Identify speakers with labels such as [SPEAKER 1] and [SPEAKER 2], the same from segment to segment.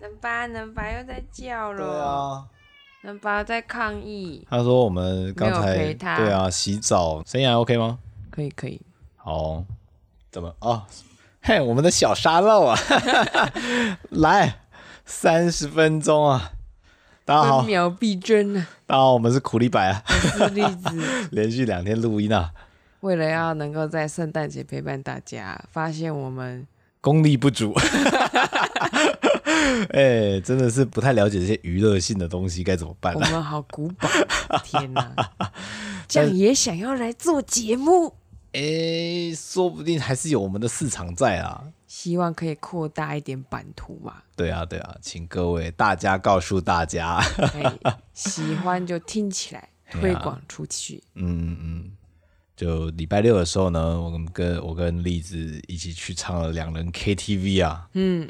[SPEAKER 1] 能吧能吧又在叫
[SPEAKER 2] 对
[SPEAKER 1] 了，
[SPEAKER 2] 啊，
[SPEAKER 1] 能吧在抗议，
[SPEAKER 2] 他说我们刚
[SPEAKER 1] 没
[SPEAKER 2] 才
[SPEAKER 1] 有陪他
[SPEAKER 2] 对啊洗澡，声音还 OK 吗？
[SPEAKER 1] 可以可以，
[SPEAKER 2] 好，怎么哦？嘿，我们的小沙漏啊， 来三十分钟啊！大家好
[SPEAKER 1] 分，秒必争 啊，
[SPEAKER 2] 大家好，我们是苦力白啊，
[SPEAKER 1] 是例子。
[SPEAKER 2] 连续两天录音啊，
[SPEAKER 1] 为了要能够在圣诞节陪伴大家，发现我 们
[SPEAKER 2] 功力不足。 哎、真的是不太了解这些娱乐性的东西该怎么办
[SPEAKER 1] 我
[SPEAKER 2] 啊？
[SPEAKER 1] 们好古板，天哪！ 这样也想要来做节目，
[SPEAKER 2] 哎、说不定还是有我们的市场在啊。
[SPEAKER 1] 希望可以扩大一点版图嘛。
[SPEAKER 2] 对啊，对啊，请各位大家告诉大家，
[SPEAKER 1] 哎，喜欢就听起 来，
[SPEAKER 2] 啊
[SPEAKER 1] 推广出去。
[SPEAKER 2] 嗯嗯，就礼拜六的时候呢，我们跟我跟栗子一起去唱了两人 KTV 啊，
[SPEAKER 1] 嗯，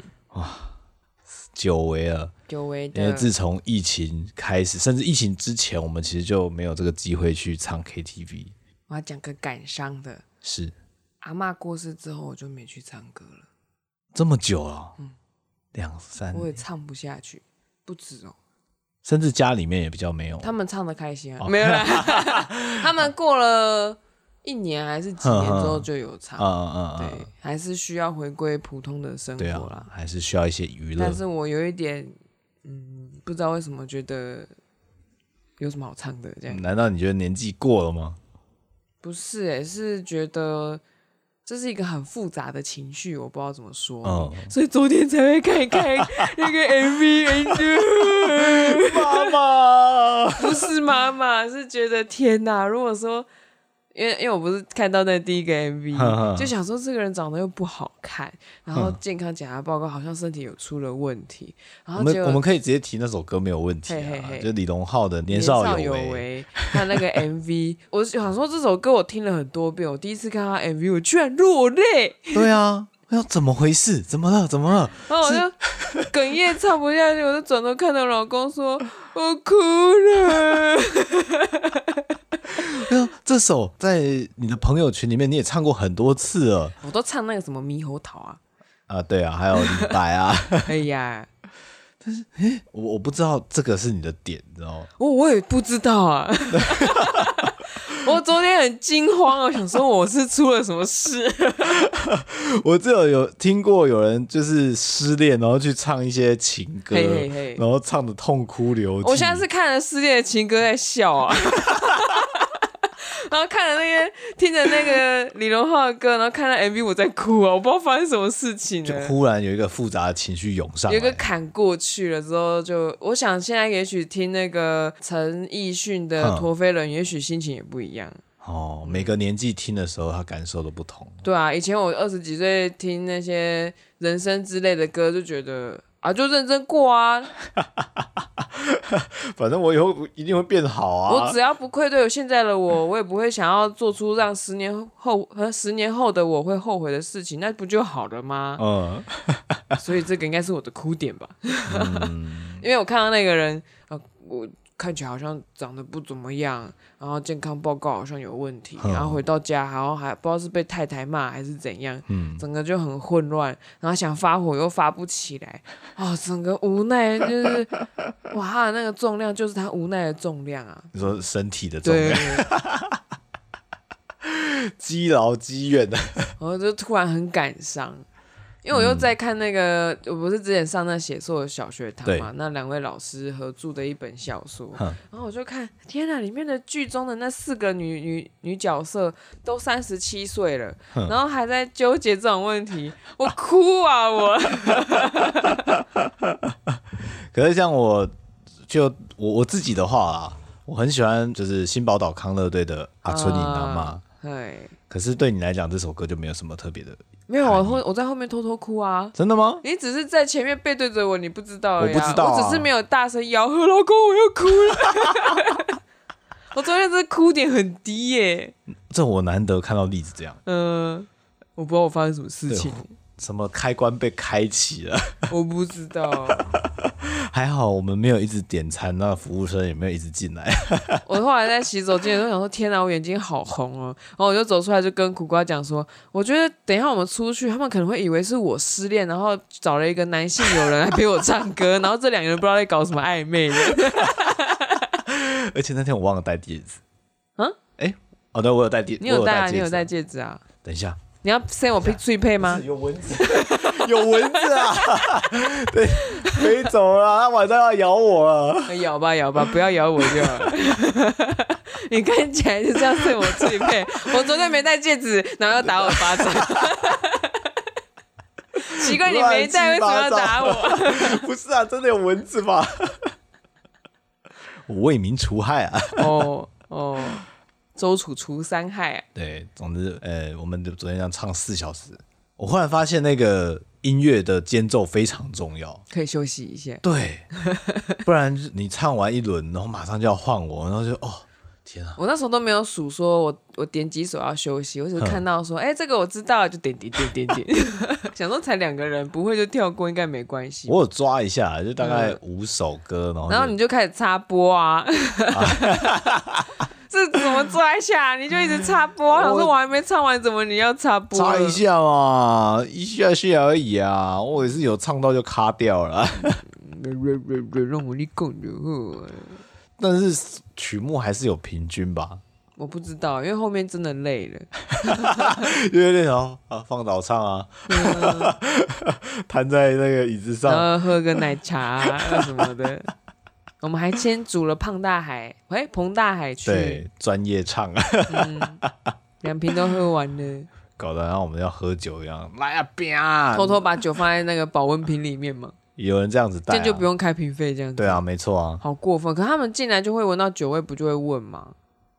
[SPEAKER 2] 久违了。
[SPEAKER 1] 久违
[SPEAKER 2] 因为
[SPEAKER 1] 的，
[SPEAKER 2] 自从疫情开始，甚至疫情之前，我们其实就没有这个机会去唱 KTV。
[SPEAKER 1] 我要讲个感伤的。
[SPEAKER 2] 是
[SPEAKER 1] 阿嬷过世之后，我就没去唱歌了，
[SPEAKER 2] 这么久了，两三
[SPEAKER 1] 嗯我也
[SPEAKER 2] 年，
[SPEAKER 1] 唱不下去，不止哦。
[SPEAKER 2] 甚至家里面也比较没有。
[SPEAKER 1] 他们唱的开心
[SPEAKER 2] 哦
[SPEAKER 1] 啊，没有 啦。他们过了一年还是几年之后就有
[SPEAKER 2] 啊
[SPEAKER 1] 唱，
[SPEAKER 2] 啊啊！
[SPEAKER 1] 对，还是需要回归普通的生活
[SPEAKER 2] 对
[SPEAKER 1] 啦
[SPEAKER 2] 啊。，还是需要一些娱乐
[SPEAKER 1] 但。是我有一点，嗯，不知道为什么觉得有什么好唱的这样，
[SPEAKER 2] 难道你觉得年纪过了吗？
[SPEAKER 1] 不是诶、是觉得这是一个很复杂的情绪，我不知道怎么说，
[SPEAKER 2] 嗯，
[SPEAKER 1] 所以昨天才会看一看那个哎 MV，
[SPEAKER 2] 妈妈，
[SPEAKER 1] 不是妈妈，是觉得天哪！如果说，因为因为我不是看到那第一个 MV，就想说这个人长得又不好看，然后健康检查报告好像身体有出了问题，然
[SPEAKER 2] 我
[SPEAKER 1] 后结
[SPEAKER 2] 们
[SPEAKER 1] 果
[SPEAKER 2] 我们可以直接提那首歌没有问题
[SPEAKER 1] 嘿嘿
[SPEAKER 2] 啊，
[SPEAKER 1] 嘿
[SPEAKER 2] 就李荣浩的《年
[SPEAKER 1] 少
[SPEAKER 2] 少有
[SPEAKER 1] 为，
[SPEAKER 2] 为》。
[SPEAKER 1] 他那个 MV，我想说这首歌我听了很多遍，我第一次看他 MV，我居然落泪，
[SPEAKER 2] 对啊，哎呦，怎么回事？怎么了？怎么了？
[SPEAKER 1] 然后我就哽咽唱不下去，我就转头看到老公说，我哭了。
[SPEAKER 2] 哎呦，这首在你的朋友群里面你也唱过很多次了
[SPEAKER 1] 我都唱那个什么猕猴桃啊，
[SPEAKER 2] 啊。对啊，还有李白啊，
[SPEAKER 1] 哎呀，
[SPEAKER 2] 我我不知道这个是你的点，你知道吗？
[SPEAKER 1] 我我也不知道啊。 我昨天很惊慌，啊我想说我是出了什么 事。
[SPEAKER 2] 我只有有听过有人就是失恋，然后去唱一些情歌，
[SPEAKER 1] 嘿嘿嘿
[SPEAKER 2] 然后唱的痛哭流涕。
[SPEAKER 1] 我现在是看了《失恋的情歌》在笑 啊，然后看了那些听着那个李荣浩的歌，然后看了 MV 我在哭啊，我不知道发生什么事情
[SPEAKER 2] 就
[SPEAKER 1] 了。
[SPEAKER 2] 忽然有一个复杂的情绪涌上
[SPEAKER 1] 有
[SPEAKER 2] 来，
[SPEAKER 1] 一个坎过去了之后就，我想现在也许听那个陈奕迅的
[SPEAKER 2] 嗯
[SPEAKER 1] 《陀飞轮》，也许心情也不一样。
[SPEAKER 2] 哦，每个年纪听的时候，他感受都不同。
[SPEAKER 1] 对啊，以前我二十几岁听那些人生之类的歌，就觉得啊，就认真过啊，
[SPEAKER 2] 反正我以后一定会变好啊！
[SPEAKER 1] 我只要不愧对我现在的我，我也不会想要做出让十年后和十年后的我会后悔的事情，那不就好了吗？
[SPEAKER 2] 嗯，
[SPEAKER 1] 所以这个应该是我的哭点吧，
[SPEAKER 2] 嗯
[SPEAKER 1] 因为我看到那个人，呃，我看起来好像长得不怎么样，然后健康报告好像有问题，
[SPEAKER 2] 嗯
[SPEAKER 1] 然后回到家，然后还不知道是被太太骂还是怎样，
[SPEAKER 2] 嗯
[SPEAKER 1] 整个就很混乱，然后想发火又发不起来，哦，整个无奈就是，哇，他的那个重量就是他无奈的重量啊，
[SPEAKER 2] 你说身体的重
[SPEAKER 1] 对
[SPEAKER 2] 量，，积劳积怨的，
[SPEAKER 1] 然后就突然很感伤，因为我又在看那个，我不是之前上那写作的小学堂嘛，那两位老师合著的一本小说，
[SPEAKER 2] 哼
[SPEAKER 1] 然后我就看，天哪，里面的剧中的那四个女女女角色都三十七岁了，然后还在纠结这种问题，我哭啊我，
[SPEAKER 2] 可是像我，就我我自己的话啦，我很喜欢就是新宝岛康乐队的阿春你阿妈，
[SPEAKER 1] 哎，
[SPEAKER 2] 可是对你来讲，这首歌就没有什么特别的，
[SPEAKER 1] 没有，我后我在后面偷偷哭啊。
[SPEAKER 2] 真的吗？
[SPEAKER 1] 你只是在前面背对着我，你不知道而已啊、
[SPEAKER 2] 我不知道啊
[SPEAKER 1] 我只是没有大声吆喝，老公，我要哭了。 我昨天这哭点很低耶、
[SPEAKER 2] 这我难得看到例子这样，
[SPEAKER 1] 嗯、我不知道我发生什么事情，
[SPEAKER 2] 啊什么开关被开启了，
[SPEAKER 1] 我不知道，
[SPEAKER 2] 还好我们没有一直点餐，那服务生也没有一直进来。
[SPEAKER 1] 我后来在洗手间的时候想说，天哪，我眼睛好红哦。然后我就走出来，就跟苦瓜讲说，我觉得等一下我们出去，他们可能会以为是我失恋，然后找了一个男性友人来陪我唱歌，然后这两个人不知道在搞什么暧昧的。
[SPEAKER 2] 而且那天我忘了带戒指。
[SPEAKER 1] 嗯？
[SPEAKER 2] 哎、哦，对，我有带戒，
[SPEAKER 1] 你
[SPEAKER 2] 我
[SPEAKER 1] 有戴
[SPEAKER 2] 戴
[SPEAKER 1] 啊？
[SPEAKER 2] 戒
[SPEAKER 1] 你有
[SPEAKER 2] 指
[SPEAKER 1] 戴戒指啊？
[SPEAKER 2] 等一下，
[SPEAKER 1] 你要 send 我配最配吗？
[SPEAKER 2] 有蚊子， 有蚊子啊！ 对，飞走了，它晚上要咬我啊了。
[SPEAKER 1] 咬吧咬吧，不要咬我就好了。 你看起来就这样对我最配。我昨天没戴戒指，然后要打我巴掌。 奇怪，你没戴为什么要打我？
[SPEAKER 2] 不是啊，真的有蚊子 吧？我为民除害啊！
[SPEAKER 1] 哦哦，周楚除三害、啊。
[SPEAKER 2] 对，总之，呃，我们昨天这样唱四小时，我忽然发现那个音乐的间奏非常重要。
[SPEAKER 1] 可以休息一下。
[SPEAKER 2] 对， 不然你唱完一轮，然后马上就要换我，然后就哦，天啊！
[SPEAKER 1] 我那时候都没有数，说我我点几首要休息，我只是看到说，哎、这个我知道，就点点点点点。 想说才两个人，不会就跳过，应该没关系。
[SPEAKER 2] 我有抓一下，就大概五首歌，嗯哦然后就
[SPEAKER 1] 然后你就开始插播 啊，这怎么抓一下？你就一直插播，啊我想说我还没唱完，怎么你要插播？
[SPEAKER 2] 插一，下嘛，一下下而已啊，我也是有唱到就卡掉了，
[SPEAKER 1] 让我立功的。
[SPEAKER 2] 但是曲目还是有平均吧，
[SPEAKER 1] 我不知道，因为后面真的累了。
[SPEAKER 2] 因为那种啊放倒唱啊， 瘫在那个椅子
[SPEAKER 1] 然
[SPEAKER 2] 上，
[SPEAKER 1] 后喝个奶茶啊什么的。我们还先组了胖大海，哎，彭大海去，
[SPEAKER 2] 对，专业唱啊，
[SPEAKER 1] 两瓶都喝完 了，
[SPEAKER 2] 搞得像我们要喝酒一样，来啊，啪啊，
[SPEAKER 1] 偷偷把酒放在那个保温瓶里面嘛，
[SPEAKER 2] 有人这样子
[SPEAKER 1] 这
[SPEAKER 2] 带、
[SPEAKER 1] 样就不
[SPEAKER 2] 用，
[SPEAKER 1] 用开瓶费这样子。
[SPEAKER 2] 啊对啊，，没错啊，
[SPEAKER 1] 好过分！可他们进来就会闻到酒味，不就会问吗？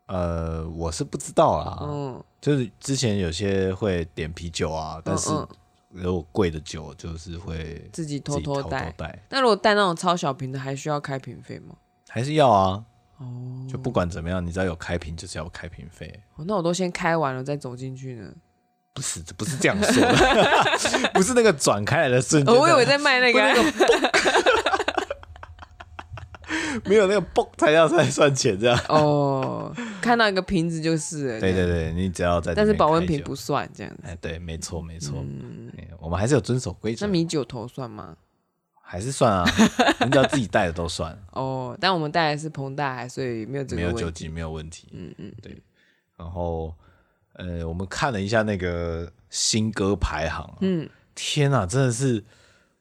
[SPEAKER 2] 呃，我是不知道啦，
[SPEAKER 1] 嗯，
[SPEAKER 2] 就是之前有些会点啤酒啊，但是
[SPEAKER 1] 嗯
[SPEAKER 2] 如果贵的酒就是会
[SPEAKER 1] 自己偷
[SPEAKER 2] 自己偷
[SPEAKER 1] 偷
[SPEAKER 2] 偷
[SPEAKER 1] 带。
[SPEAKER 2] 带，
[SPEAKER 1] 那如果带那种超小瓶的，还需要开瓶费吗？
[SPEAKER 2] 还是要啊。
[SPEAKER 1] 哦，
[SPEAKER 2] 就不管怎么样，你只要有开瓶，就是要有开瓶费。
[SPEAKER 1] 哦那我都先开完了再走进去呢。
[SPEAKER 2] 不是，不是这样说的， 不是那个转开来的瞬间
[SPEAKER 1] 哦，
[SPEAKER 2] 的，
[SPEAKER 1] 我以为在卖那
[SPEAKER 2] 不
[SPEAKER 1] 个
[SPEAKER 2] 是
[SPEAKER 1] 啊
[SPEAKER 2] 那，个没有那个嘣才要才算钱这样。
[SPEAKER 1] 哦，看到一个瓶子就是了。
[SPEAKER 2] 对
[SPEAKER 1] 这样
[SPEAKER 2] 对对，你只要在，
[SPEAKER 1] 但是保温瓶不。算这样子。
[SPEAKER 2] 哎，对，没错没错，哎我们还是有遵守规
[SPEAKER 1] 那
[SPEAKER 2] 则，
[SPEAKER 1] 米酒头算吗？
[SPEAKER 2] 还是算啊，你只要自己带的都算，
[SPEAKER 1] 哦，但我们带的是膨大海，所以没 有这
[SPEAKER 2] 没
[SPEAKER 1] 个
[SPEAKER 2] 有酒
[SPEAKER 1] 问题。
[SPEAKER 2] 精，没有问题。嗯嗯，对。然后，呃，我们看了一下那个新歌排行啊，
[SPEAKER 1] 嗯，
[SPEAKER 2] 天啊，真的是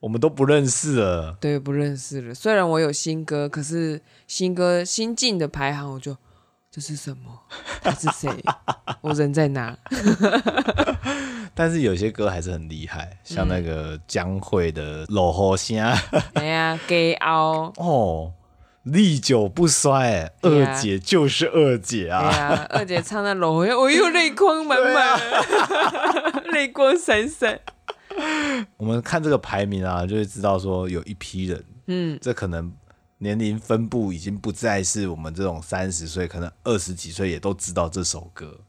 [SPEAKER 2] 我们都不认识了。
[SPEAKER 1] 对，不认识了。虽然我有新歌，可是新歌新进的排行，我就这是什么？他是谁？我人在哪？
[SPEAKER 2] 但是有些歌还是很厉害，像那个江蕙的《落后声》
[SPEAKER 1] 哎呀，gay 凹，
[SPEAKER 2] 哦，历久不衰、哎
[SPEAKER 1] 对啊
[SPEAKER 2] 二姐就是二姐
[SPEAKER 1] 哎
[SPEAKER 2] 啊，
[SPEAKER 1] 呀，二姐唱那龙，我又泪光满满，泪光闪闪。
[SPEAKER 2] 我们看这个排名啊，就会知道说有一批人，
[SPEAKER 1] 嗯，
[SPEAKER 2] 这可能年龄分布已经不再是我们这种三十岁，可能二十几岁也都知道这首歌，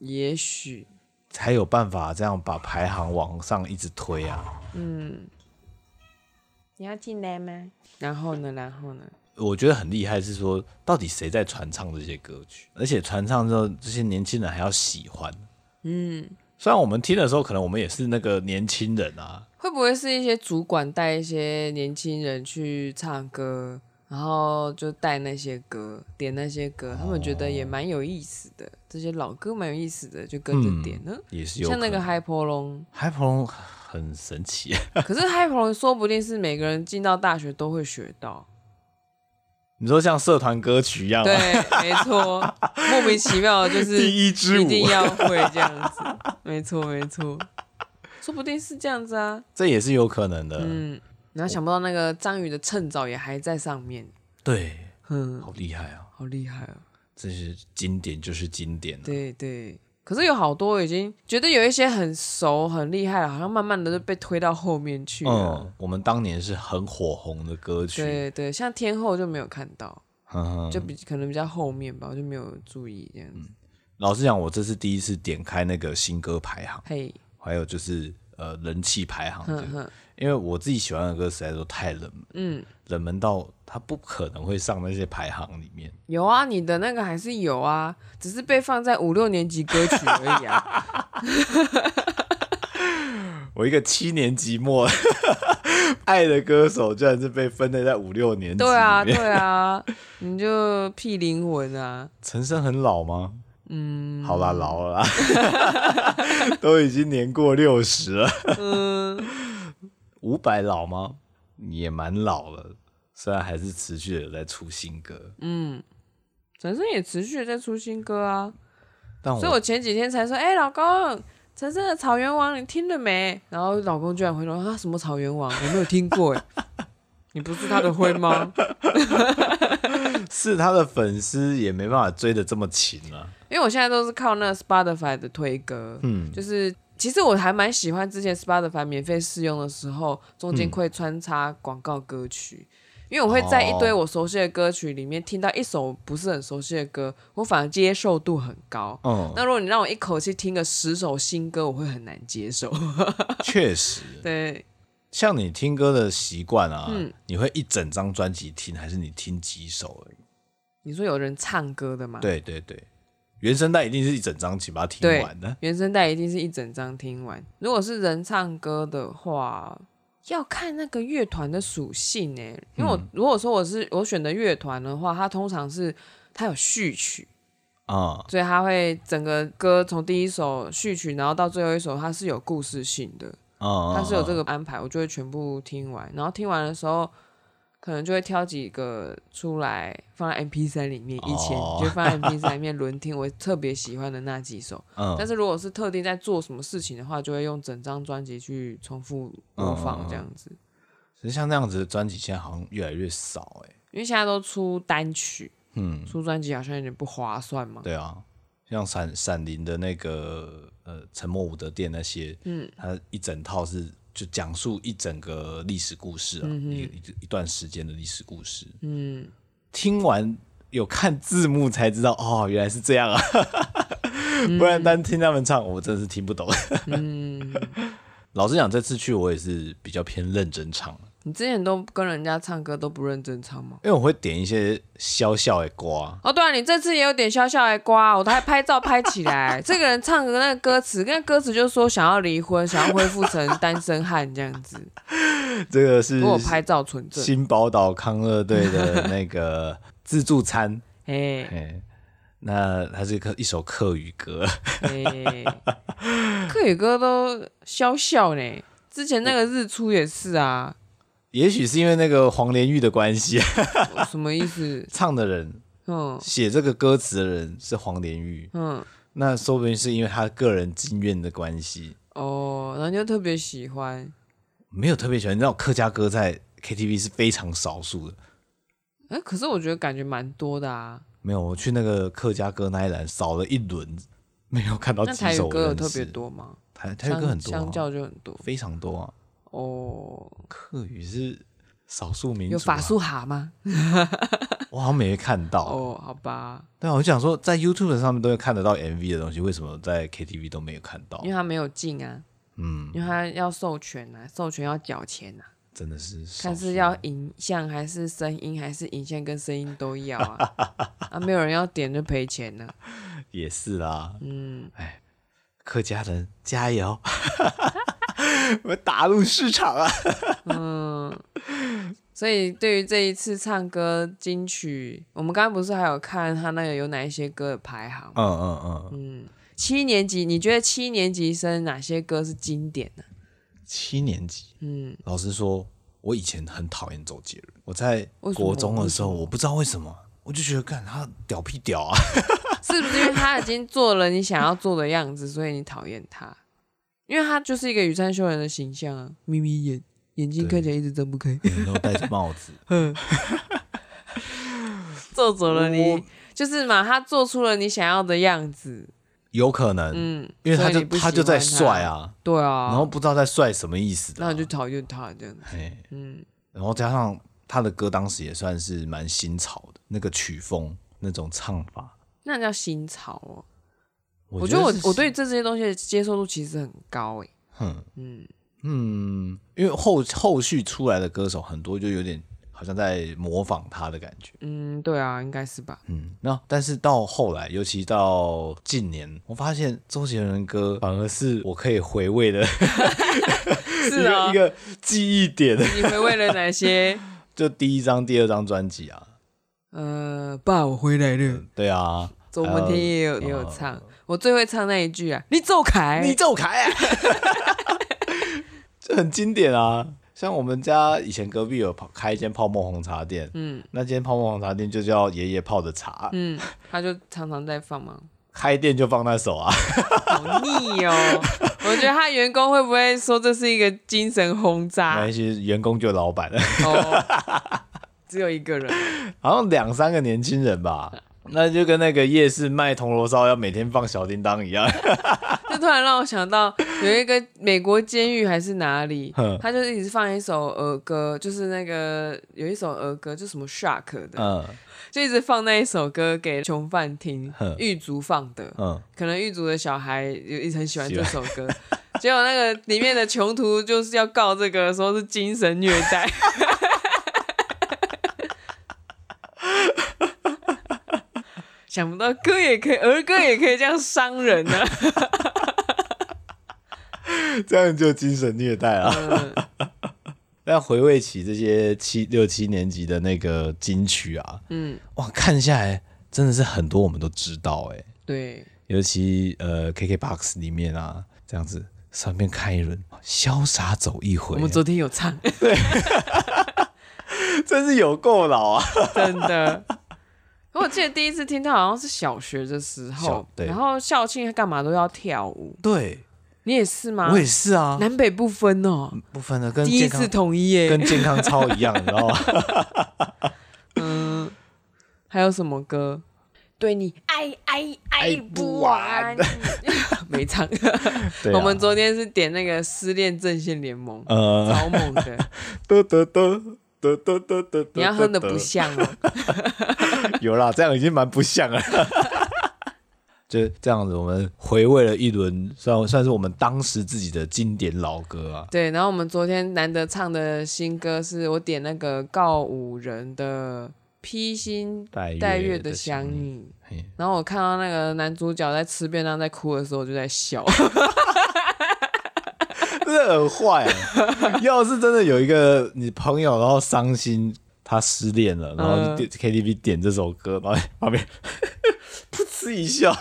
[SPEAKER 1] 也许
[SPEAKER 2] 才有办法这样把排行往上一直推啊。
[SPEAKER 1] 你要进来吗？然后呢？然后呢？
[SPEAKER 2] 我觉得很厉害，是说到底谁在传唱这些歌曲，而且传唱之后，这些年轻人还要喜欢。
[SPEAKER 1] 嗯，
[SPEAKER 2] 虽然我们听的时候，可能我们也是那个年轻人啊，
[SPEAKER 1] 会不会是一些主管带一些年轻人去唱歌，然后就带那些歌，点那些歌，他们觉得也蛮有意思的，这些老歌蛮有意思的，就跟着点呢。
[SPEAKER 2] 也是有
[SPEAKER 1] 像嗯那个
[SPEAKER 2] 海
[SPEAKER 1] 嗨婆龙，
[SPEAKER 2] 海鹏龙很神奇，
[SPEAKER 1] 可是嗨婆龙说不定是每个人进到大学都会学 到，
[SPEAKER 2] 你说像社团歌曲一样、
[SPEAKER 1] 对
[SPEAKER 2] 啊，，
[SPEAKER 1] 没错，莫名其妙的 就是
[SPEAKER 2] 第一支
[SPEAKER 1] 一
[SPEAKER 2] 舞，
[SPEAKER 1] 定要会这样 子，没错没错，说不定是这样子啊，
[SPEAKER 2] 这也是有可能的。
[SPEAKER 1] 嗯，然后想不到那个章鱼的趁早也还在上面，
[SPEAKER 2] 对，
[SPEAKER 1] 嗯，
[SPEAKER 2] 好厉害啊！
[SPEAKER 1] 好厉害啊！
[SPEAKER 2] 这是经典，就是经典、啊。
[SPEAKER 1] 对对，可是有好多已经觉得有一些很熟很厉害了，好像慢慢的就被推到后面去了。
[SPEAKER 2] 嗯，我们当年是很火红的歌曲，
[SPEAKER 1] 对对，像天后就没有看到，
[SPEAKER 2] 嗯
[SPEAKER 1] 就比可能比较后面吧，我就没有注意这样子。
[SPEAKER 2] 老实讲，我这是第一次点开那个新歌排行，
[SPEAKER 1] 嘿，
[SPEAKER 2] 还有就是呃人气排行的
[SPEAKER 1] 哼哼，
[SPEAKER 2] 因为我自己喜欢的歌实在都太冷门，
[SPEAKER 1] 嗯，
[SPEAKER 2] 冷门到它不可能会上那些排行里面。
[SPEAKER 1] 有啊，你的那个还是有啊，只是被放在五六年级歌曲而已啊。
[SPEAKER 2] 我一个七年级末 爱的歌手，居然是被分类在五六年级 里面。
[SPEAKER 1] 对啊，对啊，你就屁灵魂啊，
[SPEAKER 2] 陈升很老吗？嗯，好啦，老了啦， 都已经年过六十了。
[SPEAKER 1] 嗯
[SPEAKER 2] 伍佰老吗？也蛮老了，虽然还是持续的有在出新歌，
[SPEAKER 1] 嗯陈升也持续地在出新歌啊，
[SPEAKER 2] 但
[SPEAKER 1] 所以我前几天才说，哎、老公。陈升的《草原王》你听了没？然后老公居然回头啊，什么《草原王》我没有听过哎， 你不是他的灰吗？
[SPEAKER 2] 是他的粉丝也没办法追的这么勤啊了、
[SPEAKER 1] 因为我现在都是靠那个 Spotify 的推歌，
[SPEAKER 2] 嗯
[SPEAKER 1] 就是其实我还蛮喜欢之前 Spotify 免费试用的时候，中间会穿插广告歌曲，因为我会在一堆
[SPEAKER 2] 哦
[SPEAKER 1] 我熟悉的歌曲里面听到一首不是很熟悉的歌，我反而接受度很高。
[SPEAKER 2] 嗯，
[SPEAKER 1] 那如果你让我一口气听个十首新歌，我会很难接受。
[SPEAKER 2] 确实，
[SPEAKER 1] 对，
[SPEAKER 2] 像你听歌的习惯啊，
[SPEAKER 1] 嗯
[SPEAKER 2] 你会一整张专辑听，还是你听几首而已？
[SPEAKER 1] 你说有人唱歌的嘛？，
[SPEAKER 2] 对对对，原声带一定是一整张起把它听
[SPEAKER 1] 对
[SPEAKER 2] 完的。
[SPEAKER 1] 原声带一定是一整张听完。如果是人唱歌的话，要看那个乐团的属性诶、因为我、如果说我是我选的乐团的话，它通常是它有序曲，
[SPEAKER 2] 啊、
[SPEAKER 1] 所以它会整个歌从第一首序曲，然后到最后一首，它是有故事性的，
[SPEAKER 2] 啊、
[SPEAKER 1] 它是有这
[SPEAKER 2] 个
[SPEAKER 1] 个安排，我就会全部听完。然后听完的时候，可能就会挑几个出来放在 M P 三里面，以前
[SPEAKER 2] 哦
[SPEAKER 1] 就放在 M P 三里面轮听我特别喜欢的那几首。
[SPEAKER 2] 嗯
[SPEAKER 1] 但是如果是特定在做什么事情的话，就会用整张专辑去重复播
[SPEAKER 2] 嗯
[SPEAKER 1] 放这样子。
[SPEAKER 2] 其实像那样子的专辑，现在好像越来越少哎、
[SPEAKER 1] 因为现在都出单曲，
[SPEAKER 2] 嗯，
[SPEAKER 1] 出专辑好像有点不划算嘛。
[SPEAKER 2] 对啊，像闪闪灵的那个呃沉默伍德店那些，嗯，它一整套是就讲述一整个历史故事啊，一一一段时间的历史故事。嗯，听完有看字幕才知道哦，原来是这样啊，不然单听他们唱，我真的是听不懂。嗯 老实讲，这次去我也是比较偏认真唱，
[SPEAKER 1] 你之前都跟人家唱歌都不认真唱吗？
[SPEAKER 2] 因为我会点一些小小的歌啊。
[SPEAKER 1] 哦，对啊，你这次也有点笑笑来刮，我都还拍照拍起 来。这个人唱的那个歌词，那歌词就说想要离婚，想要恢复成单身汉这样子。
[SPEAKER 2] 这个 是
[SPEAKER 1] 不过我拍照存证，
[SPEAKER 2] 新宝岛康乐队的那个 自助餐，
[SPEAKER 1] 哎
[SPEAKER 2] 哎，那它是一个一首客语歌，
[SPEAKER 1] 哎， 客语歌都笑笑呢。之前那个日出也是啊，
[SPEAKER 2] 也许是因为那个黄连玉的关系，
[SPEAKER 1] 什么意思？
[SPEAKER 2] 唱的人
[SPEAKER 1] 嗯
[SPEAKER 2] 写这个歌词的人是黄连玉，
[SPEAKER 1] 嗯，
[SPEAKER 2] 那说不定是因为他个人经验的关系，
[SPEAKER 1] 哦，然后就特别喜欢。
[SPEAKER 2] 没有特别喜欢。你知道客家歌在 KTV 是非常少数的，
[SPEAKER 1] 哎、可是我觉得感觉蛮多的啊。
[SPEAKER 2] 没有我去那个客家歌那一栏扫了一轮，没有看到
[SPEAKER 1] 那
[SPEAKER 2] 哦几
[SPEAKER 1] 台语
[SPEAKER 2] 首我
[SPEAKER 1] 歌有
[SPEAKER 2] 认
[SPEAKER 1] 特
[SPEAKER 2] 识
[SPEAKER 1] 别，多吗？
[SPEAKER 2] 台台语歌很多啊、
[SPEAKER 1] 相相较就很多
[SPEAKER 2] 非常多啊。
[SPEAKER 1] 哦。
[SPEAKER 2] 客语是少数民族、啊，
[SPEAKER 1] 有法术蛤吗？
[SPEAKER 2] 我好像没看到。
[SPEAKER 1] 哦，好吧，
[SPEAKER 2] 对啊，我就想说，在 YouTube 上面都会看得到 MV 的东西，为什么在 KTV 都没有看到
[SPEAKER 1] 因？为他没有进啊，
[SPEAKER 2] 哦嗯，
[SPEAKER 1] 因为他要授权啊，授权要缴钱啊，
[SPEAKER 2] 真的是少数
[SPEAKER 1] 看是要影像还是声音，还是影像跟声音都要啊。 啊，没有人要点就赔钱呢、
[SPEAKER 2] 也是啦，哎
[SPEAKER 1] 嗯，
[SPEAKER 2] 客家人加油！ 我们打入市场 啊！
[SPEAKER 1] 所以对于这一次唱歌金曲，我们刚刚不是还有看他那个有哪一些歌的排行吗？
[SPEAKER 2] 嗯嗯嗯，
[SPEAKER 1] 七年级，你觉得七年级生哪些歌是经典呢、
[SPEAKER 2] 七年级，
[SPEAKER 1] 嗯，
[SPEAKER 2] 老实说，我以前很讨厌周杰伦。我在
[SPEAKER 1] 为什么
[SPEAKER 2] 国中的时候，我不知道为什么，我就觉得干他屌屁屌 啊！
[SPEAKER 1] 是不是因为他已经做了你想要做的样子，所以你讨厌他？因为他就是一个羽山秀人的形象啊，眯眯眼，眼睛看起来一直睁不开，
[SPEAKER 2] 然后戴着帽子，
[SPEAKER 1] 做走了
[SPEAKER 2] 我
[SPEAKER 1] 你，就是嘛，他做出了你想要的样子，
[SPEAKER 2] 有可能，
[SPEAKER 1] 嗯，
[SPEAKER 2] 因为他
[SPEAKER 1] 所以
[SPEAKER 2] 就
[SPEAKER 1] 你不喜
[SPEAKER 2] 他
[SPEAKER 1] 欢
[SPEAKER 2] 就在帅，啊，
[SPEAKER 1] 对
[SPEAKER 2] 然
[SPEAKER 1] 啊，
[SPEAKER 2] 后不知道在帅什么意思的、
[SPEAKER 1] 那
[SPEAKER 2] 啊，
[SPEAKER 1] 你就讨厌他这样子，
[SPEAKER 2] 哎，
[SPEAKER 1] 嗯，
[SPEAKER 2] 然后加上他的歌当时也算是蛮新潮的，那个曲风那种唱法，
[SPEAKER 1] 那叫新潮哦。我
[SPEAKER 2] 我
[SPEAKER 1] 觉得我
[SPEAKER 2] 是
[SPEAKER 1] 我对这些东西的接受度其实很高诶、欸
[SPEAKER 2] 哼
[SPEAKER 1] 嗯，
[SPEAKER 2] 嗯，因为后后续出来的歌手很多就有点好像在模仿他的感觉。
[SPEAKER 1] 嗯，对啊，应该是吧。
[SPEAKER 2] 嗯，那但是到后来，尤其到近年，我发现周杰伦的歌反而是我可以回味的一
[SPEAKER 1] 是
[SPEAKER 2] 个、
[SPEAKER 1] 啊
[SPEAKER 2] 一，个记忆点。
[SPEAKER 1] 你回味了哪 些？
[SPEAKER 2] 就第一张、第二张专辑啊，
[SPEAKER 1] 呃，爸，我回来了。
[SPEAKER 2] 对啊，
[SPEAKER 1] 周文天也有也有唱，我最会唱那一句啊，你走开，
[SPEAKER 2] 呃你走开、啊，这很经典啊。像我们家以前隔壁有泡开一间泡沫红茶店，嗯，那间泡沫红茶店就叫爷爷泡的茶，
[SPEAKER 1] 嗯，他就常常在放嘛，
[SPEAKER 2] 开店就放那首啊。
[SPEAKER 1] 好腻哦。我觉得他员工会不会说这是一个精神轰炸
[SPEAKER 2] 那？些员工就老板，
[SPEAKER 1] 哦，只有一个人，
[SPEAKER 2] 好像两三个年轻人吧，那就跟那个夜市卖铜锣烧要每天放小叮当一样。
[SPEAKER 1] 这突然让我想到有一个美国监狱还是哪里
[SPEAKER 2] 哼，
[SPEAKER 1] 他就一直放一首儿歌，就是那个有一首儿歌就什么 Shark 的，
[SPEAKER 2] 嗯
[SPEAKER 1] 就一直放那一首歌给囚犯听
[SPEAKER 2] 哼，
[SPEAKER 1] 狱卒放的，
[SPEAKER 2] 嗯，
[SPEAKER 1] 可能狱卒的小孩有一直很喜欢这首歌， 结果那个里面的囚徒就是要告这个说是精神虐待， 想不到歌也可以，儿歌也可以这样伤人呢、啊。
[SPEAKER 2] 嗯这样就精神虐待啊。
[SPEAKER 1] 嗯
[SPEAKER 2] 但回味起这些七六七年级的那个金曲啊，
[SPEAKER 1] 嗯，
[SPEAKER 2] 哇，看下来真的是很多我们都知道哎、
[SPEAKER 1] 对，
[SPEAKER 2] 尤其呃 KKBOX 里面啊，这样子上面看一轮，潇洒走一回欸
[SPEAKER 1] 我，们昨天有唱，
[SPEAKER 2] 真是有够老啊！
[SPEAKER 1] 真的。可我记得第一次听到好像是小学的时候
[SPEAKER 2] 小，对
[SPEAKER 1] 然后校庆干嘛都要跳舞，
[SPEAKER 2] 对，
[SPEAKER 1] 你也是吗？
[SPEAKER 2] 我也是啊，
[SPEAKER 1] 南北不分哦，
[SPEAKER 2] 部分的跟
[SPEAKER 1] 第一
[SPEAKER 2] 健康
[SPEAKER 1] 次统一耶。
[SPEAKER 2] 跟健康操一样，你知道吗？
[SPEAKER 1] 嗯，还有什么歌？对你 爱爱 爱不完，没唱。
[SPEAKER 2] 对、啊，
[SPEAKER 1] 我们昨天是点那个《失恋阵线联盟》，
[SPEAKER 2] 呃，
[SPEAKER 1] 超猛 的。
[SPEAKER 2] 得得得得得得得，
[SPEAKER 1] 你要哼的不像哦。
[SPEAKER 2] 有啦，这样已经蛮不像了。 就这样子，我们回味了一轮，算算是我们当时自己的经典老歌啊。
[SPEAKER 1] 对，然后我们昨天难得唱的新歌是我点那个告五人的《披星
[SPEAKER 2] 戴月
[SPEAKER 1] 戴月的
[SPEAKER 2] 的
[SPEAKER 1] 想
[SPEAKER 2] 想
[SPEAKER 1] 你》。
[SPEAKER 2] 嘿
[SPEAKER 1] 然后我看到那个男主角在吃便当在哭的时候，我就在笑。
[SPEAKER 2] 真的很坏、啊。要是真的有一个你朋友，然后伤心，他失恋了，然后
[SPEAKER 1] 嗯
[SPEAKER 2] 就点 KTV 点这首歌，然后旁边 噗嗤一笑，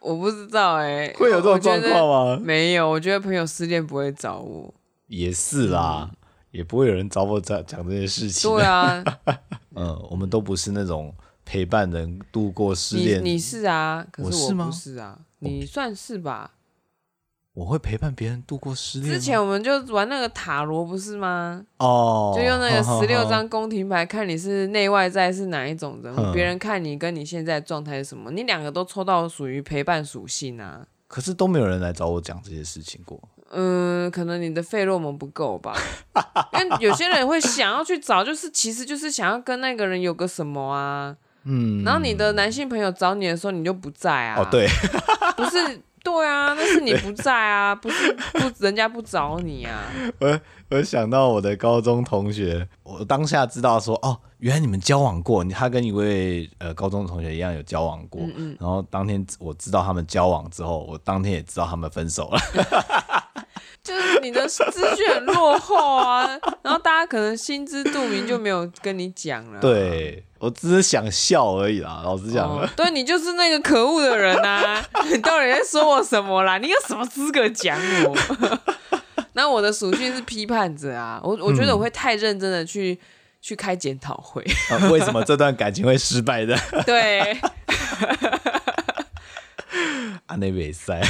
[SPEAKER 1] 我不知道哎、
[SPEAKER 2] 会有这种状况吗？
[SPEAKER 1] 没有，我觉得朋友失恋不会找我。
[SPEAKER 2] 也是啦，也不会有人找我讲讲这些事情。
[SPEAKER 1] 对啊，
[SPEAKER 2] 嗯，我们都不是那种陪伴人度过失
[SPEAKER 1] 你
[SPEAKER 2] 恋，
[SPEAKER 1] 你是啊，可
[SPEAKER 2] 我
[SPEAKER 1] 是
[SPEAKER 2] 是
[SPEAKER 1] 我
[SPEAKER 2] 吗
[SPEAKER 1] 不是啊，你算是吧。
[SPEAKER 2] 我会陪伴别人度过失恋吗。
[SPEAKER 1] 之前我们就玩那个塔罗不是吗？
[SPEAKER 2] 哦，
[SPEAKER 1] 就用那个
[SPEAKER 2] 好
[SPEAKER 1] 十六，
[SPEAKER 2] 好好
[SPEAKER 1] 张宫廷牌，看你是内外在是哪一种人
[SPEAKER 2] 嗯
[SPEAKER 1] 物，别人看你跟你现在的状态是什么，你两个都抽到属于陪伴属性啊。
[SPEAKER 2] 可是都没有人来找我讲这些事情过。
[SPEAKER 1] 嗯，可能你的费洛蒙不够吧，因为有些人会想要去找，就是其实就是想要跟那个人有个什么啊，
[SPEAKER 2] 嗯，
[SPEAKER 1] 然后你的男性朋友找你的时候，你就不在啊。
[SPEAKER 2] 哦，，对，
[SPEAKER 1] 不是，对啊，那是你不在啊，不是不人家不找你啊。
[SPEAKER 2] 我我想到我的高中同学，我当下知道说，哦，原来你们交往过，他跟一位呃高中同学一样有交往
[SPEAKER 1] 嗯
[SPEAKER 2] 过，然后当天我知道他们交往之后，我当天也知道他们分手了，
[SPEAKER 1] 就是你的资讯很落后啊，然后大家可能心知肚明就没有跟你讲了。
[SPEAKER 2] 对我只是想笑而已啦，老实讲，
[SPEAKER 1] 哦，对你就是那个可恶的人啊！你到底在说我什么啦？你有什么资格讲我？ 那我的属性是批判者啊，我我觉
[SPEAKER 2] 嗯
[SPEAKER 1] 得我会太认真的去、去开检讨 会，
[SPEAKER 2] 呃为什么这段感情会失败的？
[SPEAKER 1] 对
[SPEAKER 2] 啊，那比赛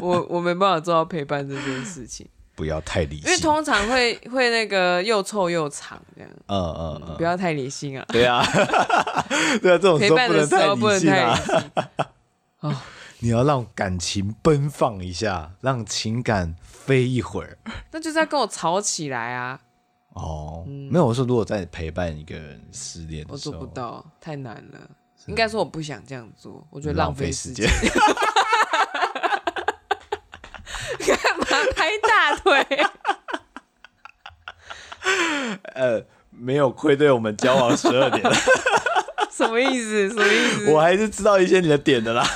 [SPEAKER 1] 我我没办法做到陪伴这件事 情，
[SPEAKER 2] 不要太理
[SPEAKER 1] 因为
[SPEAKER 2] 性，
[SPEAKER 1] 通常会会那个又臭又长这样，
[SPEAKER 2] 嗯嗯嗯，
[SPEAKER 1] 不要太理性啊，
[SPEAKER 2] 对啊， 对啊，这种
[SPEAKER 1] 陪
[SPEAKER 2] 时候
[SPEAKER 1] 伴
[SPEAKER 2] 不
[SPEAKER 1] 的
[SPEAKER 2] 能
[SPEAKER 1] 时候
[SPEAKER 2] 太
[SPEAKER 1] 不
[SPEAKER 2] 理
[SPEAKER 1] 能
[SPEAKER 2] 性
[SPEAKER 1] 太
[SPEAKER 2] 啊
[SPEAKER 1] 理，性，
[SPEAKER 2] 你要让感情奔放一下，让情感飞一会儿。
[SPEAKER 1] 那就是要跟我吵起来啊，
[SPEAKER 2] 哦，没有，我说如果在陪伴一个人失恋
[SPEAKER 1] 嗯我
[SPEAKER 2] 的时
[SPEAKER 1] 做
[SPEAKER 2] 候，
[SPEAKER 1] 不到，太难了。应该说我不想这样做，我觉得
[SPEAKER 2] 浪
[SPEAKER 1] 费
[SPEAKER 2] 时
[SPEAKER 1] 间。
[SPEAKER 2] 间。
[SPEAKER 1] 干嘛拍大愧。
[SPEAKER 2] 呃，没有愧对我们交往十二 年，
[SPEAKER 1] 什么意思？什么意思？
[SPEAKER 2] 我还是知道一些你的点的啦。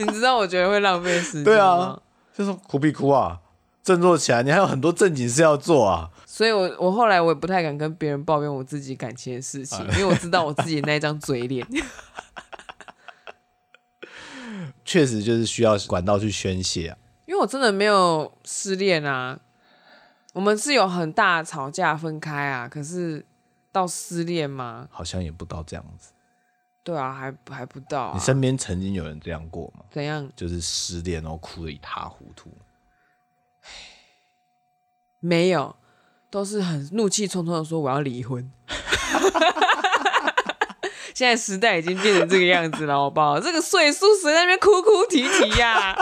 [SPEAKER 1] 你知道我觉得会浪费时间
[SPEAKER 2] 对
[SPEAKER 1] 吗
[SPEAKER 2] 啊，就是哭必哭啊，振作起来，你还有很多正经事要做啊。
[SPEAKER 1] 所以我，我后来我也不太敢跟别人抱怨我自己感情的事情，
[SPEAKER 2] 哎
[SPEAKER 1] 因为我知道我自己那张嘴 脸。
[SPEAKER 2] 确实就是需要管道去宣泄啊。
[SPEAKER 1] 因为我真的没有失恋啊，我们是有很大的吵架分开啊，可是到失恋吗？
[SPEAKER 2] 好像也不到这样子。
[SPEAKER 1] 对啊，还还不到、啊
[SPEAKER 2] 你。身边曾经有人这样过吗？
[SPEAKER 1] 怎样？
[SPEAKER 2] 就是失恋然后哭得一塌糊涂。
[SPEAKER 1] 没有，都是很怒气冲冲的说我要离婚。 现在时代已经变成这个样子了，好不好？这个岁数谁在那边哭哭啼啼呀、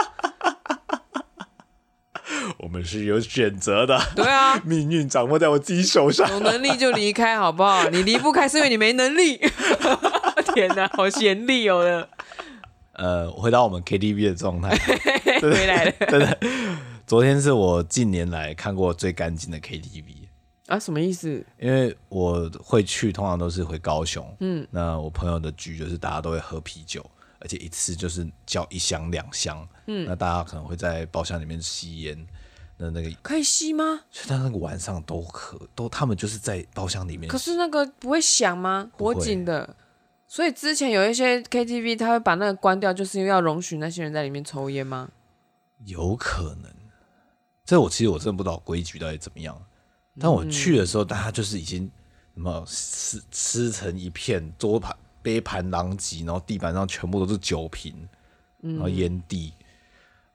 [SPEAKER 2] 我们是有选择的，
[SPEAKER 1] 对啊，
[SPEAKER 2] 命运掌握在我自己手上。
[SPEAKER 1] 有能力就离开，好不好？你离不开是因为你没能力。 天哪，好贤利哦的，
[SPEAKER 2] 呃，回到我们 KTV 的状态，
[SPEAKER 1] 回来了
[SPEAKER 2] 真的，昨天是我近年来看过最干净的 KTV。
[SPEAKER 1] 啊？什么意思？
[SPEAKER 2] 因为我会去，通常都是回高雄。嗯，那我朋友的局就是大家都会喝啤酒，而且一次就是叫一箱两箱。嗯，那大家可能会在包厢里面吸烟。那那个，
[SPEAKER 1] 可以吸吗？
[SPEAKER 2] 所以他那个晚上都可都，他们就是在包厢里面。
[SPEAKER 1] 可是那个不会响吗？
[SPEAKER 2] 不会
[SPEAKER 1] 脖颈的。所以之前有一些 KTV，他会把那个关掉，就是因为要容许那些人在里面抽烟吗？
[SPEAKER 2] 有可能，这我其实我真的不知道规矩到底怎么样。但我去的时候，大家就是已经什么撕撕成一片，桌盘杯盘狼藉，然后地板上全部都是酒瓶，然后烟蒂，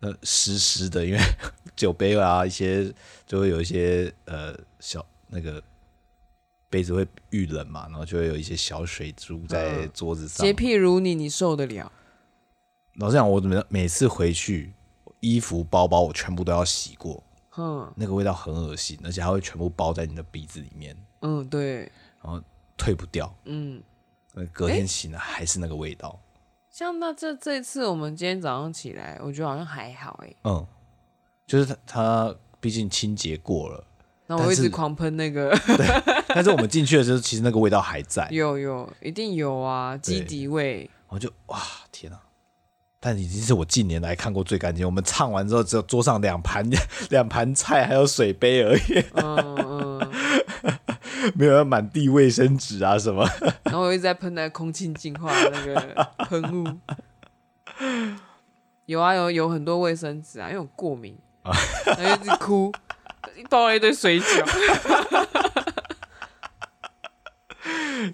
[SPEAKER 2] 那湿湿的，因为 酒杯啊一些就会有一些呃小那个。杯子会遇冷嘛，然后就会有一些小水珠在桌子
[SPEAKER 1] 嗯
[SPEAKER 2] 上。
[SPEAKER 1] 洁癖如你，你受得了？
[SPEAKER 2] 老实讲，我每每次回去，衣服、包包我全部都要洗过，
[SPEAKER 1] 哼，
[SPEAKER 2] 那个味道很恶心，而且它会全部包在你的鼻子里面，
[SPEAKER 1] 嗯，对，
[SPEAKER 2] 然后退不掉。
[SPEAKER 1] 嗯，
[SPEAKER 2] 那隔天醒来还是那个味道。
[SPEAKER 1] 像那这这一次我们今天早上起来，我觉得好像还好哎、欸。
[SPEAKER 2] 嗯，就是它它毕竟清洁过了，
[SPEAKER 1] 那我
[SPEAKER 2] 但
[SPEAKER 1] 一
[SPEAKER 2] 是
[SPEAKER 1] 直狂喷那个，
[SPEAKER 2] 但是我们进去的时候，其实那个味道还在。
[SPEAKER 1] 有有，一定有啊，基
[SPEAKER 2] 对
[SPEAKER 1] 底味。
[SPEAKER 2] 然后就哇天啊！但已经是我近年来看过最干净。我们唱完之后，只有桌上两盘 两盘菜还有水杯而已，
[SPEAKER 1] 嗯嗯，
[SPEAKER 2] 没有满地卫生纸啊什么。
[SPEAKER 1] 然后我一直在喷那个空气净化的那 个喷雾。有啊有有很多卫生纸啊，因为我过 敏，然后一直哭，抱了一堆水 饺。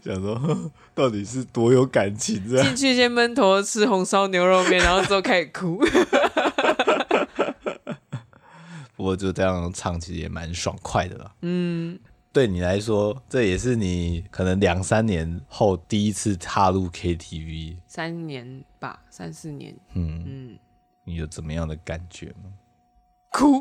[SPEAKER 2] 想说 到底是多有感情这样。
[SPEAKER 1] 进去先闷头吃红烧牛肉面，然后之后开始哭。
[SPEAKER 2] 不过就这样唱，其实也蛮爽快的啦。嗯，对你来说，这也是你可能两三年后第一次踏入 KTV，
[SPEAKER 1] 三年吧，三四年，
[SPEAKER 2] 嗯，
[SPEAKER 1] 嗯，
[SPEAKER 2] 你有怎么样的感觉吗？
[SPEAKER 1] 哭，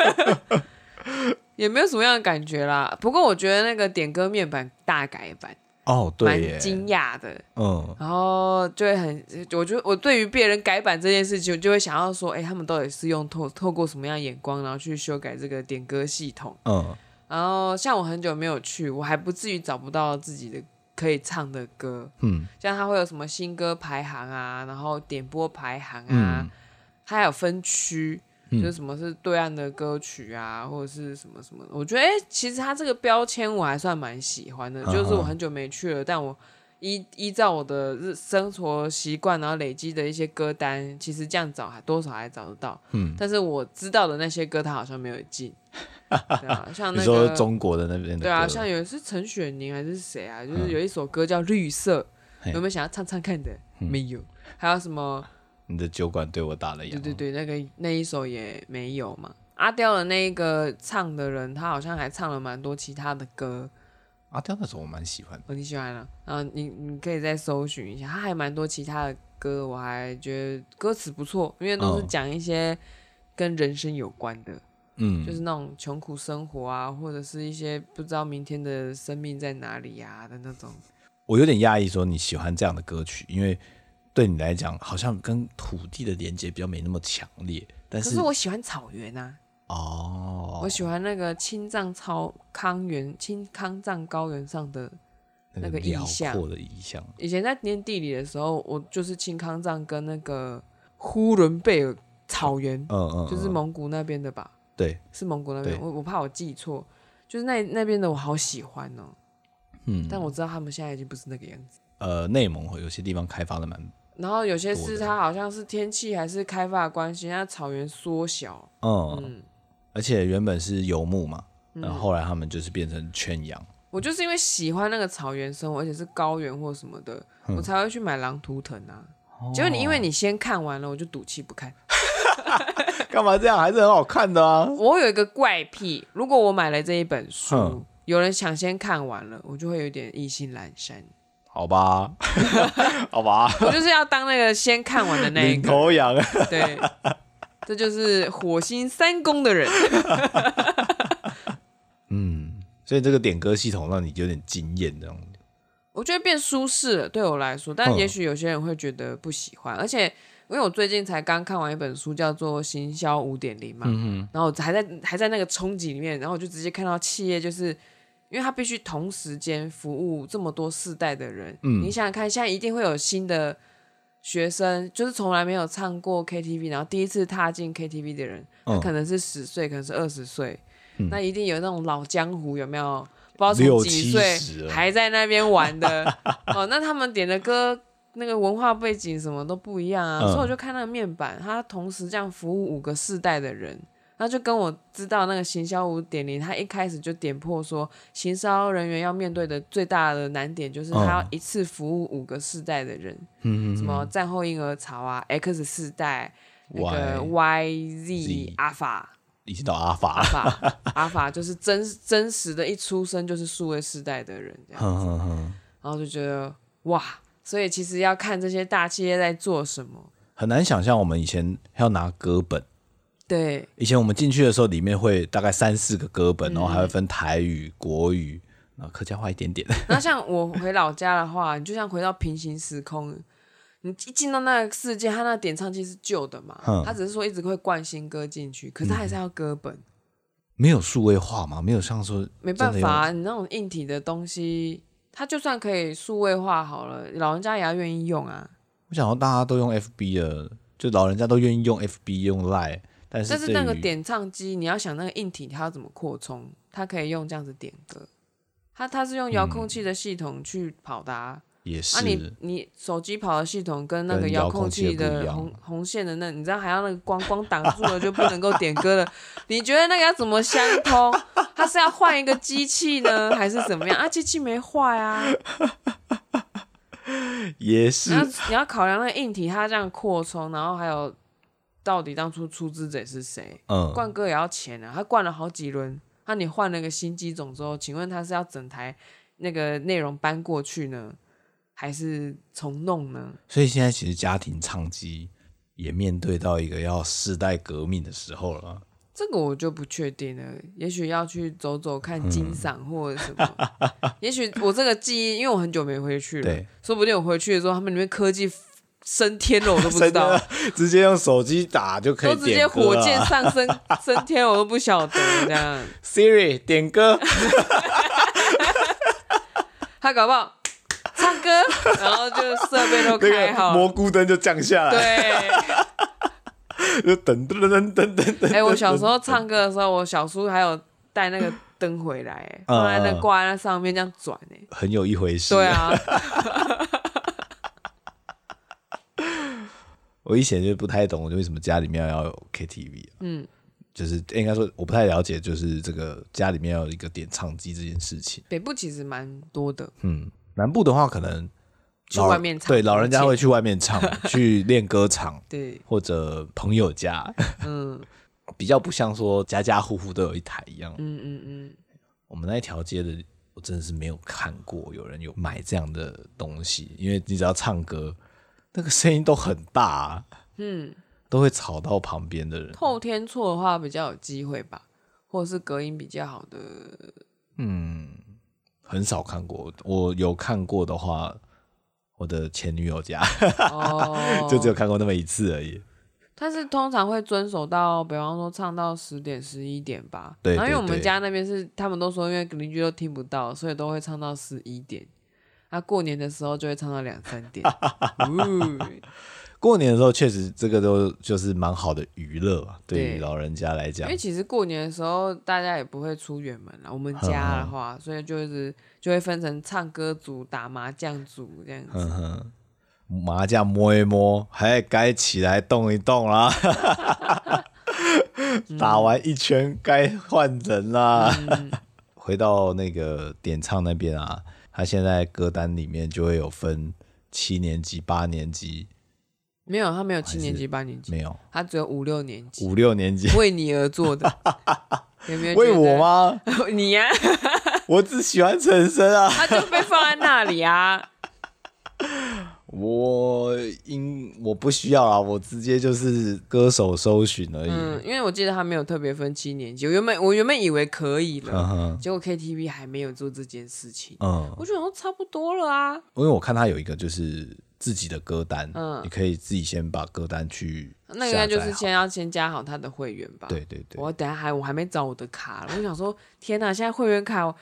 [SPEAKER 1] 也没有什么样的感觉啦。不过我觉得那个点歌面板大改版，
[SPEAKER 2] 哦，
[SPEAKER 1] 蛮
[SPEAKER 2] 对耶，
[SPEAKER 1] 惊讶的。
[SPEAKER 2] 嗯，
[SPEAKER 1] 然后就会很，我就我对于别人改版这件事情，我就会想要说，哎、他们到底是用透透过什么样的眼光，然后去修改这个点歌系统。
[SPEAKER 2] 嗯，
[SPEAKER 1] 然后像我很久没有去，我还不至于找不到自己的可以唱的歌，
[SPEAKER 2] 嗯，
[SPEAKER 1] 像它会有什么新歌排行啊，然后点播排行啊，
[SPEAKER 2] 嗯，
[SPEAKER 1] 它还有分区。
[SPEAKER 2] 嗯
[SPEAKER 1] 就是什么是对岸的歌曲啊，或者是什么什么，我觉得哎、诶其实它这个标签我还算蛮喜欢的，
[SPEAKER 2] 嗯
[SPEAKER 1] 就是我
[SPEAKER 2] 嗯
[SPEAKER 1] 很久没去了，但我依依照我的日生活习惯，然后累积的一些歌单，其实这样找还多少还找得到，
[SPEAKER 2] 嗯
[SPEAKER 1] 但是我知道的那些歌，它好像没有进，对 啊，像
[SPEAKER 2] 你
[SPEAKER 1] 那
[SPEAKER 2] 说
[SPEAKER 1] 个
[SPEAKER 2] 中国的那边的歌，
[SPEAKER 1] 对啊，像有一次陈雪凝还是谁啊，就
[SPEAKER 2] 嗯
[SPEAKER 1] 是有一首歌叫《绿色》，
[SPEAKER 2] 嘿嗯
[SPEAKER 1] 有没有想要唱唱看的？没有。还有什么？
[SPEAKER 2] 你的酒馆对我打了烊，
[SPEAKER 1] 对对，对，那个那一首也没有嘛。阿刁的那个唱的人，他好像还唱了蛮多其他的歌，
[SPEAKER 2] 阿刁那首我蛮喜啊欢的，
[SPEAKER 1] 哦，你喜欢了？然后你你可以再搜寻一下，他还蛮多其他的歌，我还觉得歌词不错，因为都是
[SPEAKER 2] 嗯
[SPEAKER 1] 讲一些跟人生有关的。就
[SPEAKER 2] 嗯，
[SPEAKER 1] 是那种穷苦生活啊，或者是一些不知道明天的生命在哪里呀、的那种。
[SPEAKER 2] 我有点讶异说你喜欢这样的歌曲，因为对你来讲好像跟土地的连接比较没那么强烈，但
[SPEAKER 1] 可
[SPEAKER 2] 是
[SPEAKER 1] 是我喜欢草原啊，
[SPEAKER 2] 哦，
[SPEAKER 1] 我喜欢那个青藏超康源、青康藏高原上的。
[SPEAKER 2] 那
[SPEAKER 1] 那个意
[SPEAKER 2] 辽
[SPEAKER 1] 象
[SPEAKER 2] 阔的意象，
[SPEAKER 1] 以前在念地理的时候，我就是青康藏跟那个呼伦贝尔草原，
[SPEAKER 2] 嗯嗯，
[SPEAKER 1] 就是
[SPEAKER 2] 嗯
[SPEAKER 1] 蒙古那边的吧？
[SPEAKER 2] 对，
[SPEAKER 1] 是蒙古那边，
[SPEAKER 2] 对
[SPEAKER 1] 我我怕我记错，就是那那边的我好喜欢哦、
[SPEAKER 2] 嗯，
[SPEAKER 1] 但我知道他们现在已经不是那个样子。
[SPEAKER 2] 呃，内蒙有些地方开发的蛮，
[SPEAKER 1] 然后有些
[SPEAKER 2] 多
[SPEAKER 1] 是
[SPEAKER 2] 的
[SPEAKER 1] 它好像是天气还是开发的关系，那草原缩小，
[SPEAKER 2] 嗯，而且原本是游牧嘛，
[SPEAKER 1] 嗯
[SPEAKER 2] 然后后来他们就是变成圈养，
[SPEAKER 1] 我就是因为喜欢那个草原生活，而且是高原或什么的，
[SPEAKER 2] 嗯
[SPEAKER 1] 我才会去买狼图腾啊。
[SPEAKER 2] 哦
[SPEAKER 1] 结果你因为你先看完了，我就赌气不看。
[SPEAKER 2] 干嘛这样？还是很好看的啊，
[SPEAKER 1] 我有一个怪癖，如果我买了这一本书
[SPEAKER 2] 哼，
[SPEAKER 1] 有人抢先看完了，我就会有点意兴阑珊。
[SPEAKER 2] 好吧， 好吧，
[SPEAKER 1] 我就是要当那个先看完的那一
[SPEAKER 2] 领
[SPEAKER 1] 个。
[SPEAKER 2] 头羊，
[SPEAKER 1] 对，这就是火星三宫的人。
[SPEAKER 2] 嗯，所以这个点歌系统让你有点惊艳这样子，
[SPEAKER 1] 我觉得变舒适了，对我来说，但
[SPEAKER 2] 嗯
[SPEAKER 1] 也许有些人会觉得不喜欢，而且因为我最近才刚看完一本书，叫做《行销五点零》嘛，
[SPEAKER 2] 嗯
[SPEAKER 1] 然后我还在还在那个冲击里面，然后我就直接看到企业就是。因为它必须同时间服务这么多世代的人，
[SPEAKER 2] 嗯
[SPEAKER 1] 你想想看，现在一定会有新的学生，就是从来没有唱过 KTV，然后第一次踏进 KTV 的人，他
[SPEAKER 2] 嗯
[SPEAKER 1] 可能是十岁，可能是二十岁，那一定有那种老江湖，有没有？不知道从
[SPEAKER 2] 六
[SPEAKER 1] 几
[SPEAKER 2] 七
[SPEAKER 1] 岁
[SPEAKER 2] 十了
[SPEAKER 1] 还在那边玩 的哦。那他们点的歌，那个文化背景什么都不一样啊，
[SPEAKER 2] 嗯
[SPEAKER 1] 所以我就看那个面板，它同时这样服务五个世代的人。那就跟我知道那个行销五点零，他一开始就点破说，行销人员要面对的最大的难点就是他要
[SPEAKER 2] 嗯
[SPEAKER 1] 一次服务五个世代的人，
[SPEAKER 2] 嗯
[SPEAKER 1] 什么战后婴儿潮啊，X 世代，那个
[SPEAKER 2] Z
[SPEAKER 1] YZ 阿 法，
[SPEAKER 2] 已经到阿
[SPEAKER 1] 阿
[SPEAKER 2] 法，
[SPEAKER 1] 法，阿法就是真真实的，一出生就是数位世代的人这样，
[SPEAKER 2] 哼哼哼，
[SPEAKER 1] 然后就觉得哇，所以其实要看这些大企业在做什么。
[SPEAKER 2] 很难想象我们以前要拿歌本。
[SPEAKER 1] 对，
[SPEAKER 2] 以前我们进去的时候，里面会大概三四个歌
[SPEAKER 1] 嗯
[SPEAKER 2] 本，然后还会分台语、国语，然后客家话一点点。
[SPEAKER 1] 那像我回老家的话，你就像回到平行时空，你一进到那个世界，它那个点唱机是旧的嘛
[SPEAKER 2] 嗯，
[SPEAKER 1] 它只是说一直会灌新歌进去，可是它还是要歌本，
[SPEAKER 2] 没有数位化嘛？没有像说
[SPEAKER 1] 没办法啊、你那种硬体的东西，它就算可以数位化好了，老人家也要愿意用啊。
[SPEAKER 2] 我想要大家都用 FB 了，就老人家都愿意用 FB 用 Line，但是
[SPEAKER 1] 但是那个
[SPEAKER 2] 对于
[SPEAKER 1] 点唱机，你要想那个硬体它要怎么扩充，它可以用这样子点歌，它它是
[SPEAKER 2] 嗯
[SPEAKER 1] 用遥控器的系统去跑的啊。
[SPEAKER 2] 也
[SPEAKER 1] 啊
[SPEAKER 2] 是，
[SPEAKER 1] 你，你手机跑的系统跟那个
[SPEAKER 2] 跟
[SPEAKER 1] 遥
[SPEAKER 2] 遥控器
[SPEAKER 1] 器
[SPEAKER 2] 的不一
[SPEAKER 1] 的
[SPEAKER 2] 样
[SPEAKER 1] 红红线的那，你知道还要那个光光挡住了就不能够点歌了。 你觉得那个要怎么相通？它是要换一个机器呢，还是怎么样？啊，机器没坏啊。
[SPEAKER 2] 也
[SPEAKER 1] 你要
[SPEAKER 2] 是，
[SPEAKER 1] 你要考量那个硬体它这样扩充，然后还有到底当初出资者是谁？
[SPEAKER 2] 嗯，
[SPEAKER 1] 灌歌也要钱啊，他灌了好几轮，那你换了一个新机种之后，请问他是要整台那个内容搬过去呢，还是重弄呢？
[SPEAKER 2] 所以现在其实家庭唱机也面对到一个要世代革命的时候了。
[SPEAKER 1] 这个我就不确定了，也许要去走走看
[SPEAKER 2] 嗯
[SPEAKER 1] 金赏或者什么， 也许我这个记忆，因为我很久没回去了
[SPEAKER 2] 对，
[SPEAKER 1] 说不定我回去的时候，他们里面科技升天了，我都不知道
[SPEAKER 2] 真，的直接用手机打就 可
[SPEAKER 1] 都
[SPEAKER 2] 以
[SPEAKER 1] 直接
[SPEAKER 2] 点歌啊
[SPEAKER 1] 火
[SPEAKER 2] 了。
[SPEAKER 1] 箭上升升天，我都不晓得这样。
[SPEAKER 2] Siri 点歌，
[SPEAKER 1] 他搞不好唱歌，然后就设备都
[SPEAKER 2] 那
[SPEAKER 1] 开
[SPEAKER 2] 个啊
[SPEAKER 1] 好，
[SPEAKER 2] 蘑菇灯就降下来，
[SPEAKER 1] 对，
[SPEAKER 2] 就噔噔噔噔噔 噔。
[SPEAKER 1] 哎、我小时候 唱歌的时候，我小叔还有带那个灯回来、哎，
[SPEAKER 2] 嗯
[SPEAKER 1] 放在那挂在那上面这样转、哎，
[SPEAKER 2] 很有一回事。
[SPEAKER 1] 对，啊，
[SPEAKER 2] 我以前就不太懂，我为什么家里面要有 KTV、嗯，就是应该说我不太了解，就是这个家里面要有一个点唱机这件事情。
[SPEAKER 1] 北部其实蛮多的，
[SPEAKER 2] 嗯，南部的话可能
[SPEAKER 1] 去
[SPEAKER 2] 老
[SPEAKER 1] 外面唱
[SPEAKER 2] 对，老人家
[SPEAKER 1] 而且
[SPEAKER 2] 会去外面唱，去练歌场
[SPEAKER 1] 对，
[SPEAKER 2] 或者朋友家，
[SPEAKER 1] 嗯
[SPEAKER 2] 比较不像说家家户户都有一台一样。
[SPEAKER 1] 嗯嗯嗯，
[SPEAKER 2] 我们那一条街的，我真的是没有看过有人有买这样的东西，因为你只要唱歌，那个声音都很大、啊，
[SPEAKER 1] 嗯，
[SPEAKER 2] 都会吵到旁边的人。
[SPEAKER 1] 后天错的话比较有机会吧，或者是隔音比较好的，
[SPEAKER 2] 嗯，很少看过，我有看过的话，我的前女友家
[SPEAKER 1] 哦，
[SPEAKER 2] 就只有看过那么一次而已。
[SPEAKER 1] 但是通常会遵守到，比方说唱到十点十一点吧。
[SPEAKER 2] 对
[SPEAKER 1] 然后因为
[SPEAKER 2] 对
[SPEAKER 1] 我们
[SPEAKER 2] 对
[SPEAKER 1] 家那边是他们都说，因为邻居都听不到，所以都会唱到十一点。啊，过年的时候就会唱到两三 点。呜
[SPEAKER 2] 过年的时候确实这个都就是蛮好的娱乐嘛，对
[SPEAKER 1] 对
[SPEAKER 2] 于老人家来
[SPEAKER 1] 因
[SPEAKER 2] 讲
[SPEAKER 1] 为，其实过年的时候大家也不会出远门了，我们家的话，所以就是就会分成唱歌组、打麻将组这样子。
[SPEAKER 2] 麻将摸一摸，还该起来动一动啦。打完一圈该换人啦。回到那个点唱那边啊，他现在歌单里面就会有分七年级、八年级，
[SPEAKER 1] 没有，他没有七年级、八年级，
[SPEAKER 2] 没有
[SPEAKER 1] 他只有五六年级，
[SPEAKER 2] 五六年级。
[SPEAKER 1] 为你而做 的。有没有？
[SPEAKER 2] 为我？吗？
[SPEAKER 1] 你呀、
[SPEAKER 2] 我只喜欢陈升啊。
[SPEAKER 1] 他就被放在那里 啊。
[SPEAKER 2] 我因我不需要啊，我直接就是歌手搜寻而已。
[SPEAKER 1] 嗯，因为我记得他没有特别分七年级，我原本我原本以为可以
[SPEAKER 2] 嗯
[SPEAKER 1] 了，
[SPEAKER 2] 哼，
[SPEAKER 1] 结果 KTV 还没有做这件事情，
[SPEAKER 2] 嗯，
[SPEAKER 1] 我就想说差不多了啊。
[SPEAKER 2] 因为我看他有一个就是自己的歌单，
[SPEAKER 1] 嗯
[SPEAKER 2] 你可以自己先把歌单去
[SPEAKER 1] 那应该就是
[SPEAKER 2] 下载好
[SPEAKER 1] 先要先加好他的会员吧。
[SPEAKER 2] 对对对，
[SPEAKER 1] 我等一下还我还没找我的卡了，我想说，天哪，现在会员
[SPEAKER 2] 嗯
[SPEAKER 1] 卡，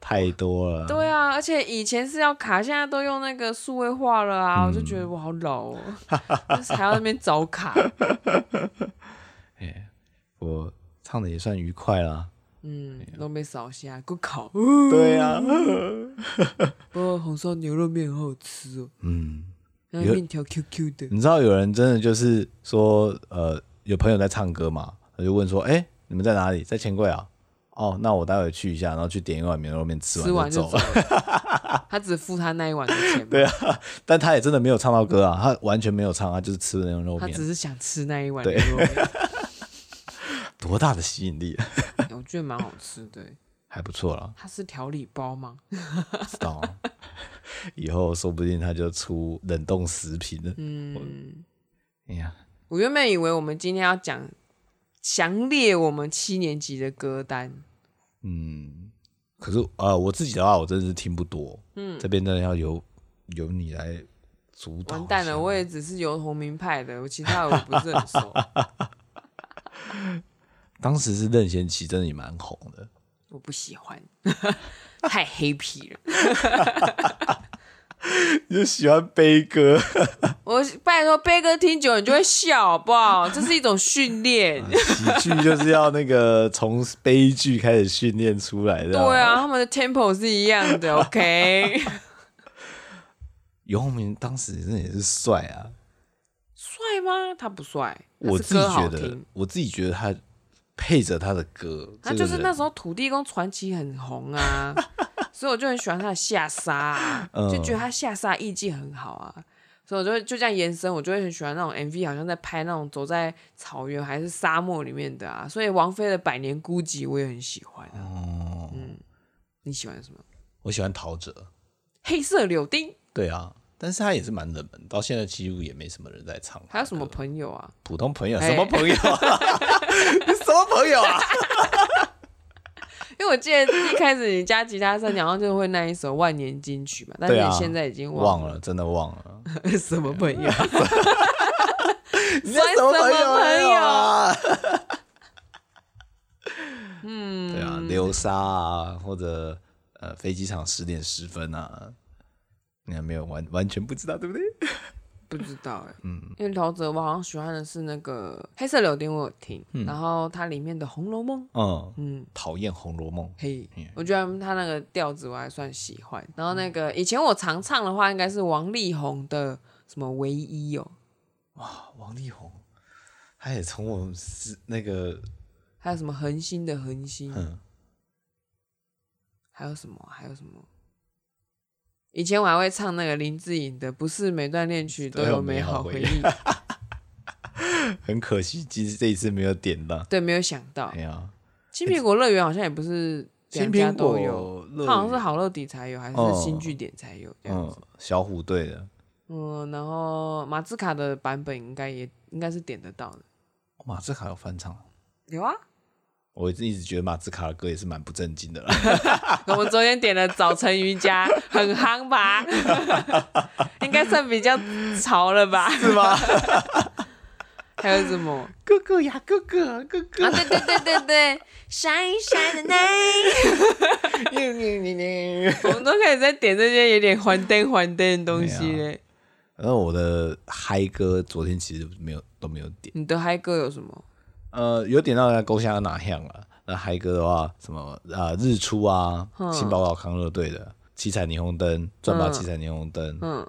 [SPEAKER 2] 太多了。
[SPEAKER 1] 对啊，而且以前是要卡，现在都用那个数位化了啊，我就觉
[SPEAKER 2] 嗯
[SPEAKER 1] 得我好老哦， 就是还要那边找 卡，
[SPEAKER 2] 我唱的也算愉快啦。
[SPEAKER 1] 嗯，都被扫下，给我烤，
[SPEAKER 2] 对啊，
[SPEAKER 1] 不过红烧牛肉面好好吃哦，
[SPEAKER 2] 嗯，
[SPEAKER 1] 那个面条 QQ 的，
[SPEAKER 2] 你知道有人真的就是说，呃，有朋友在唱歌嘛，他就问说，哎、你们在哪里？在钱柜啊？哦，那我待会去一下，然后去点一碗牛肉面，吃
[SPEAKER 1] 吃完
[SPEAKER 2] 就
[SPEAKER 1] 就
[SPEAKER 2] 走
[SPEAKER 1] 走
[SPEAKER 2] 了。
[SPEAKER 1] 了， 他只付他那一碗的钱嘛，
[SPEAKER 2] 对啊， 但他也真的没有唱到歌啊，他完全没有唱，他就是吃了牛肉
[SPEAKER 1] 他
[SPEAKER 2] 面
[SPEAKER 1] 只，是想吃那一碗牛
[SPEAKER 2] 对
[SPEAKER 1] 肉 面，
[SPEAKER 2] 多大的吸引力，
[SPEAKER 1] 我觉得蛮好吃的，欸
[SPEAKER 2] 还不错啦，
[SPEAKER 1] 它是调理包吗？
[SPEAKER 2] 不知道啊 以后说不定他就出冷冻食品了。
[SPEAKER 1] 嗯。
[SPEAKER 2] 哎呀，
[SPEAKER 1] 我原本以为我们今天要讲详列我们七年级的歌单，
[SPEAKER 2] 嗯，可是啊、呃我自己的话，我真的是听不多。嗯，这边真的要由由你来主导一下。
[SPEAKER 1] 完蛋了，我也只是游鸿明派的，我其他我不是很 熟，
[SPEAKER 2] 当时是任贤齐，真的也蛮红的。
[SPEAKER 1] 我不喜欢， 太黑皮了。
[SPEAKER 2] 你 就喜欢悲歌，
[SPEAKER 1] 我拜托贝哥听久了你就会笑好不好？这是一种训 练。
[SPEAKER 2] 喜剧就是要那个从悲剧开始训练出来的。
[SPEAKER 1] 对啊，，他们的 tempo 是一样的，OK。
[SPEAKER 2] 游鸿明当时真的也是帅啊，
[SPEAKER 1] 帅吗？他不帅，他
[SPEAKER 2] 我
[SPEAKER 1] 是
[SPEAKER 2] 自己
[SPEAKER 1] 歌好
[SPEAKER 2] 觉得
[SPEAKER 1] 听。，
[SPEAKER 2] 我自己觉得他配着他的歌，
[SPEAKER 1] 他就是那时
[SPEAKER 2] 候
[SPEAKER 1] 候土地公传奇很红 啊，所以我就很喜欢他的下沙、啊，
[SPEAKER 2] 嗯
[SPEAKER 1] 就觉得他下沙意境很好啊。所以我就会就这样延伸，我就会很喜欢那种 MV，好像在拍那种走在草原还是沙漠里面的啊。所以王菲的《百年孤寂》我也很喜欢啊。
[SPEAKER 2] 哦，
[SPEAKER 1] 你喜欢什么？
[SPEAKER 2] 我喜欢陶喆，
[SPEAKER 1] 黑色柳丁，
[SPEAKER 2] 对啊，但是他也是蛮冷门，到现在几乎也没什么人在唱他的歌。
[SPEAKER 1] 还有什么朋友啊？
[SPEAKER 2] 普通朋友？
[SPEAKER 1] 哎
[SPEAKER 2] 什么朋友啊？ 你什么朋友啊？
[SPEAKER 1] 因为我记得一开始你加吉他社，你好像就会那一首《万年金曲》嘛，但是
[SPEAKER 2] 对
[SPEAKER 1] 你
[SPEAKER 2] 啊
[SPEAKER 1] 现在已经
[SPEAKER 2] 忘
[SPEAKER 1] 了
[SPEAKER 2] 了，真的忘了。
[SPEAKER 1] 什么朋友。
[SPEAKER 2] 你那什么朋友啊？嗯， 对啊，流沙啊，或者呃飞机场十点十分啊，你还没有完完全不知道，对不嗯对？
[SPEAKER 1] 不知道哎、因为陶喆我好像喜欢的是那个《黑色柳丁》，我有听，然后它里面的《红楼梦》，
[SPEAKER 2] 嗯，
[SPEAKER 1] 嗯，
[SPEAKER 2] 讨厌《红楼梦》。
[SPEAKER 1] 嘿
[SPEAKER 2] 嗯，
[SPEAKER 1] 我觉得他那个调子我还算喜欢。然后那个以前我常唱的话，应该是王力宏的什么唯一哦，
[SPEAKER 2] 王力宏，他也从我们是那个
[SPEAKER 1] 还有什么恒星的恒星，
[SPEAKER 2] 嗯
[SPEAKER 1] 还有什么还有什么。以前我还会唱那个林志颖的，不是每段恋曲都
[SPEAKER 2] 都有
[SPEAKER 1] 有
[SPEAKER 2] 美
[SPEAKER 1] 美
[SPEAKER 2] 好
[SPEAKER 1] 好
[SPEAKER 2] 回
[SPEAKER 1] 回
[SPEAKER 2] 忆
[SPEAKER 1] 忆。
[SPEAKER 2] 很可惜，其实这一次没有点到。
[SPEAKER 1] 对，没有想到
[SPEAKER 2] 哎，呀，
[SPEAKER 1] 青苹果乐园好像也不是两
[SPEAKER 2] 新
[SPEAKER 1] 家
[SPEAKER 2] 苹
[SPEAKER 1] 都
[SPEAKER 2] 果
[SPEAKER 1] 有，
[SPEAKER 2] 乐
[SPEAKER 1] 它好像是
[SPEAKER 2] 园
[SPEAKER 1] 好乐迪才有，还是
[SPEAKER 2] 嗯
[SPEAKER 1] 新据点才有这样
[SPEAKER 2] 嗯
[SPEAKER 1] 子。
[SPEAKER 2] 小虎队的，
[SPEAKER 1] 嗯然后马自卡的版本应该也应该是点得到的。
[SPEAKER 2] 哦马自卡有翻唱。
[SPEAKER 1] 有啊，
[SPEAKER 2] 我一直觉得马自卡的歌也是蛮不正经的啦。
[SPEAKER 1] 我们昨天点了早晨瑜伽， 很夯吧？ 应该算比较潮了吧？是吗？ 还有什么？
[SPEAKER 2] 哥哥呀，哥哥，哥哥
[SPEAKER 1] 啊，对对对对对，闪闪的奶，我们都开始在点这些有点还灯还灯的东西
[SPEAKER 2] 对
[SPEAKER 1] 嘞。
[SPEAKER 2] 然后我的嗨歌昨天其实没有都没有点，
[SPEAKER 1] 你的嗨歌有什么？
[SPEAKER 2] 呃，有点到人家勾下哪样了。那嗨歌的话，什么啊、呃日出啊，新宝岛康乐队的七彩霓虹灯，赚吧七彩霓虹灯，
[SPEAKER 1] 嗯，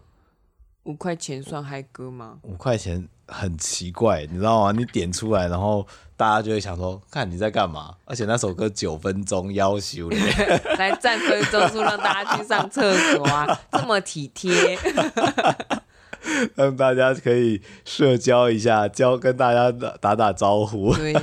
[SPEAKER 1] 五块钱算嗨歌吗？
[SPEAKER 2] 五块钱很奇怪，你知道吗？你点出来，然后大家就会想说，看你在干嘛？而且那首歌九分钟，要求嘞。
[SPEAKER 1] 来占分钟数，让大家去上厕所啊，这么体贴。
[SPEAKER 2] 让大家可以社交一下，交跟大家打打打招呼。
[SPEAKER 1] 对，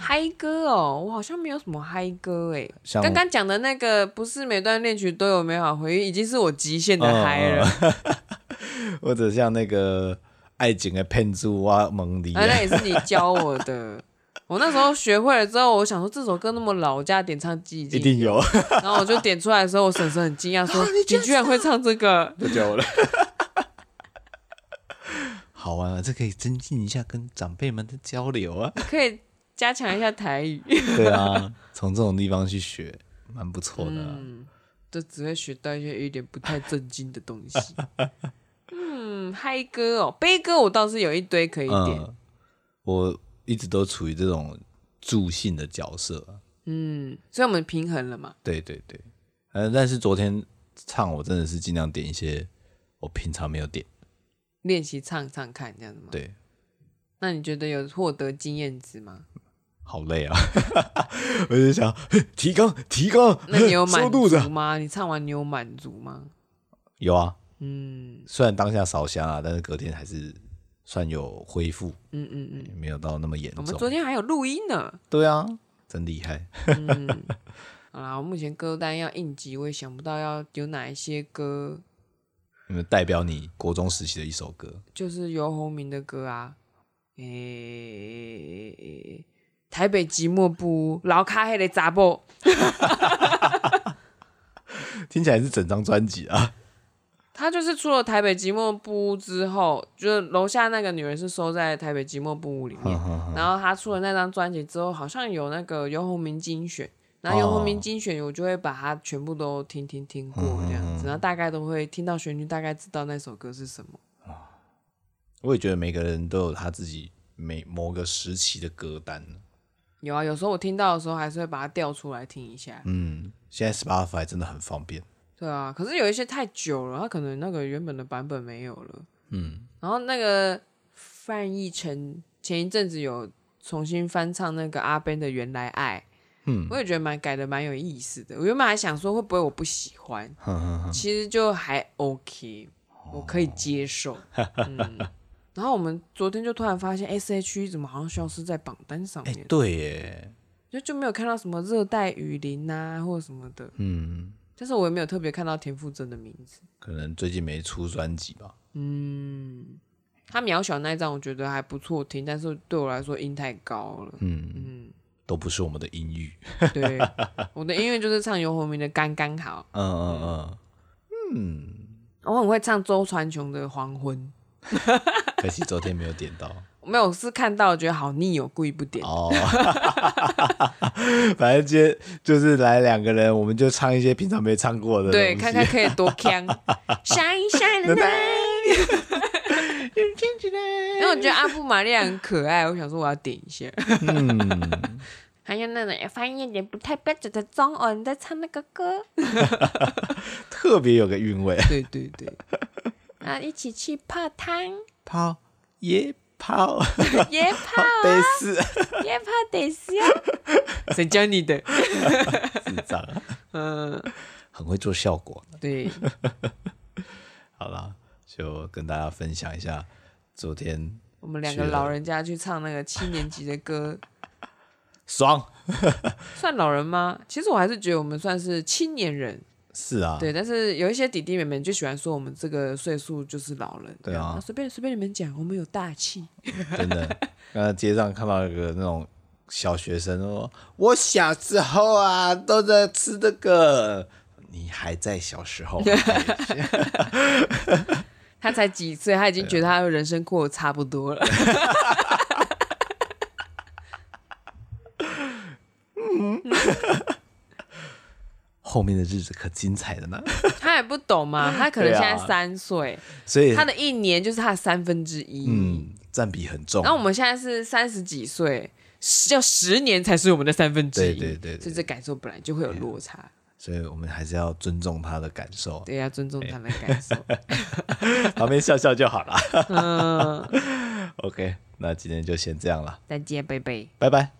[SPEAKER 1] 嗨歌哦，我好像没有什么嗨歌哎。
[SPEAKER 2] 像
[SPEAKER 1] 刚刚讲的那个不是每段恋曲都有美好回忆，已经是我极限
[SPEAKER 2] 哦
[SPEAKER 1] 的嗨 了。
[SPEAKER 2] 或者像那个爱情的骗子啊，蒙迪、
[SPEAKER 1] 啊，那也是你教我的。我那时候学会了之后，我想说这首歌那么老，我家点唱机已
[SPEAKER 2] 一
[SPEAKER 1] 经，
[SPEAKER 2] 定啊有，
[SPEAKER 1] 然后我就点出来的时候，我婶婶很惊 讶说：“你居然会唱这个
[SPEAKER 2] 就有了。好玩啊，这可以增进一下跟长辈们的交流啊！”。
[SPEAKER 1] 可以加强一下台语，
[SPEAKER 2] 对啊， 从这种地方去学，蛮不错的啊、
[SPEAKER 1] 就只会学到一些有点不太正经的东西。嗯，嗨歌哦，悲歌我倒是有一堆可以点。
[SPEAKER 2] 嗯，我一直都处于这种助兴的角色啊、
[SPEAKER 1] 嗯，所以我们平衡了嘛。
[SPEAKER 2] 对对对，呃，但是昨天唱我真的是尽量点一些我平常没有点。
[SPEAKER 1] 练习唱唱看，这样子吗？。
[SPEAKER 2] 对，
[SPEAKER 1] 那你觉得有获得经验值 吗？
[SPEAKER 2] 好累啊！ 我就想嘿提纲提纲，
[SPEAKER 1] 那你有
[SPEAKER 2] 收
[SPEAKER 1] 满
[SPEAKER 2] 肚
[SPEAKER 1] 足
[SPEAKER 2] 子
[SPEAKER 1] 吗？你唱完你有满足吗？
[SPEAKER 2] 有啊。
[SPEAKER 1] 嗯
[SPEAKER 2] 虽然当下烧香啊，但是隔天还是算有恢复，
[SPEAKER 1] 嗯嗯嗯。
[SPEAKER 2] 也没有到那么严
[SPEAKER 1] 我
[SPEAKER 2] 重
[SPEAKER 1] 们。昨天还有录音呢。
[SPEAKER 2] 对啊，真厉害。
[SPEAKER 1] 好啦，我目前歌单要应急，我也想不到要有哪一些歌，
[SPEAKER 2] 你们代表你国中时期的一首歌，
[SPEAKER 1] 就是游鸿明的歌啊，诶、台北寂寞不屋，老卡黑的杂波，
[SPEAKER 2] 听起来是整张专辑啊。
[SPEAKER 1] 他就是出了台北寂寞不屋之后，就是楼下那个女人是收在台北寂寞不屋里面，然后他出了那张专辑之后，好像有那个游鸿明精选，然后游鸿明精选我就会把它全部都听听听过这样子，然后大概都会听到旋律，大概知道那首歌是什么。
[SPEAKER 2] 我也觉得每个人都有他自己每某个时期的歌单。
[SPEAKER 1] 有啊，有时候我听到的时候还是会把它调出来听一下。
[SPEAKER 2] 嗯，现在 Spotify 真的很方便。
[SPEAKER 1] 对啊，可是有一些太久了，它可能那个原本的版本没有了。嗯，然后那个范逸臣前一阵子有重新翻唱那个阿 Ben 的《原来爱》，
[SPEAKER 2] 嗯，
[SPEAKER 1] 我也觉得蛮改的蛮有意思的。我原本还想说会不会我不喜欢，
[SPEAKER 2] 哼哼哼
[SPEAKER 1] 其实就还 OK，我可以接受。嗯，然后我们昨天就突然发现 S.H.E 怎么好像消失在榜单上
[SPEAKER 2] 哎、
[SPEAKER 1] 面，
[SPEAKER 2] 对耶，
[SPEAKER 1] 就就没有看到什么热带雨林啊或者什么的。
[SPEAKER 2] 嗯，
[SPEAKER 1] 但是我也没有特别看到田馥甄的名字。
[SPEAKER 2] 可能最近没出专辑吧。
[SPEAKER 1] 嗯，他渺小那一张我觉得还不错听，但是对我来说音太高了。
[SPEAKER 2] 嗯，
[SPEAKER 1] 嗯，
[SPEAKER 2] 都不是我们的音域。
[SPEAKER 1] 对，我的音乐就是唱游鸿明的《刚刚好
[SPEAKER 2] 嗯嗯嗯，嗯，》，
[SPEAKER 1] 我很会唱周传雄的《黄昏
[SPEAKER 2] 可惜昨天没有点到》。
[SPEAKER 1] 没有，是看到觉得好腻哦，故意不点。
[SPEAKER 2] 哦。反正今天就是来两个人，我们就唱一些平常没唱过的东西。
[SPEAKER 1] 对，看看可以多强，闪一闪的因为我觉得阿布玛利亚很可爱，我想说我要点一下。还有那种翻译也不太标准的中文在唱那个歌。
[SPEAKER 2] 特别有个韵 味。
[SPEAKER 1] 对对对，啊，一起去泡汤，
[SPEAKER 2] 泡野泡
[SPEAKER 1] 啊野泡
[SPEAKER 2] 得 是
[SPEAKER 1] 野泡得笑。谁教你的？
[SPEAKER 2] 智障啊，
[SPEAKER 1] 嗯，
[SPEAKER 2] 很会做效果。
[SPEAKER 1] 对，
[SPEAKER 2] 好啦，就跟大家分享一下昨天
[SPEAKER 1] 我们两个老人家去唱那个七年级的歌，
[SPEAKER 2] 爽
[SPEAKER 1] 算老人吗？其实我还是觉得我们算是青年人。
[SPEAKER 2] 是啊，
[SPEAKER 1] 对，但是有一些弟弟妹妹就喜欢说我们这个岁数就是老人，这
[SPEAKER 2] 对啊
[SPEAKER 1] 样随便随便你们讲，我们有大气，
[SPEAKER 2] 真的，刚才街上看到一个那种小学生说：“我小时候啊，都在吃 这个。”你还在小时候吗，
[SPEAKER 1] 他才几岁，他已经觉得他的人生过得差不多了。
[SPEAKER 2] 后面的日子可精彩了呢。
[SPEAKER 1] 他也不懂 嘛，他可能
[SPEAKER 2] 对
[SPEAKER 1] 现
[SPEAKER 2] 啊
[SPEAKER 1] 在三岁，
[SPEAKER 2] 所以
[SPEAKER 1] 他的一年就是他的三分之一。
[SPEAKER 2] 嗯，占比很重
[SPEAKER 1] 然。后我们现在是三十几岁，十要十年才是我们的三分之一。
[SPEAKER 2] 对对对对啊
[SPEAKER 1] 所以这感受本来就会有落差。
[SPEAKER 2] 所以我们还是要尊重他的感受，
[SPEAKER 1] 对，要尊重他的感受。
[SPEAKER 2] 旁边笑笑就好了。
[SPEAKER 1] 嗯，
[SPEAKER 2] OK，那今天就先这样了，
[SPEAKER 1] 再见，贝贝。
[SPEAKER 2] 拜拜。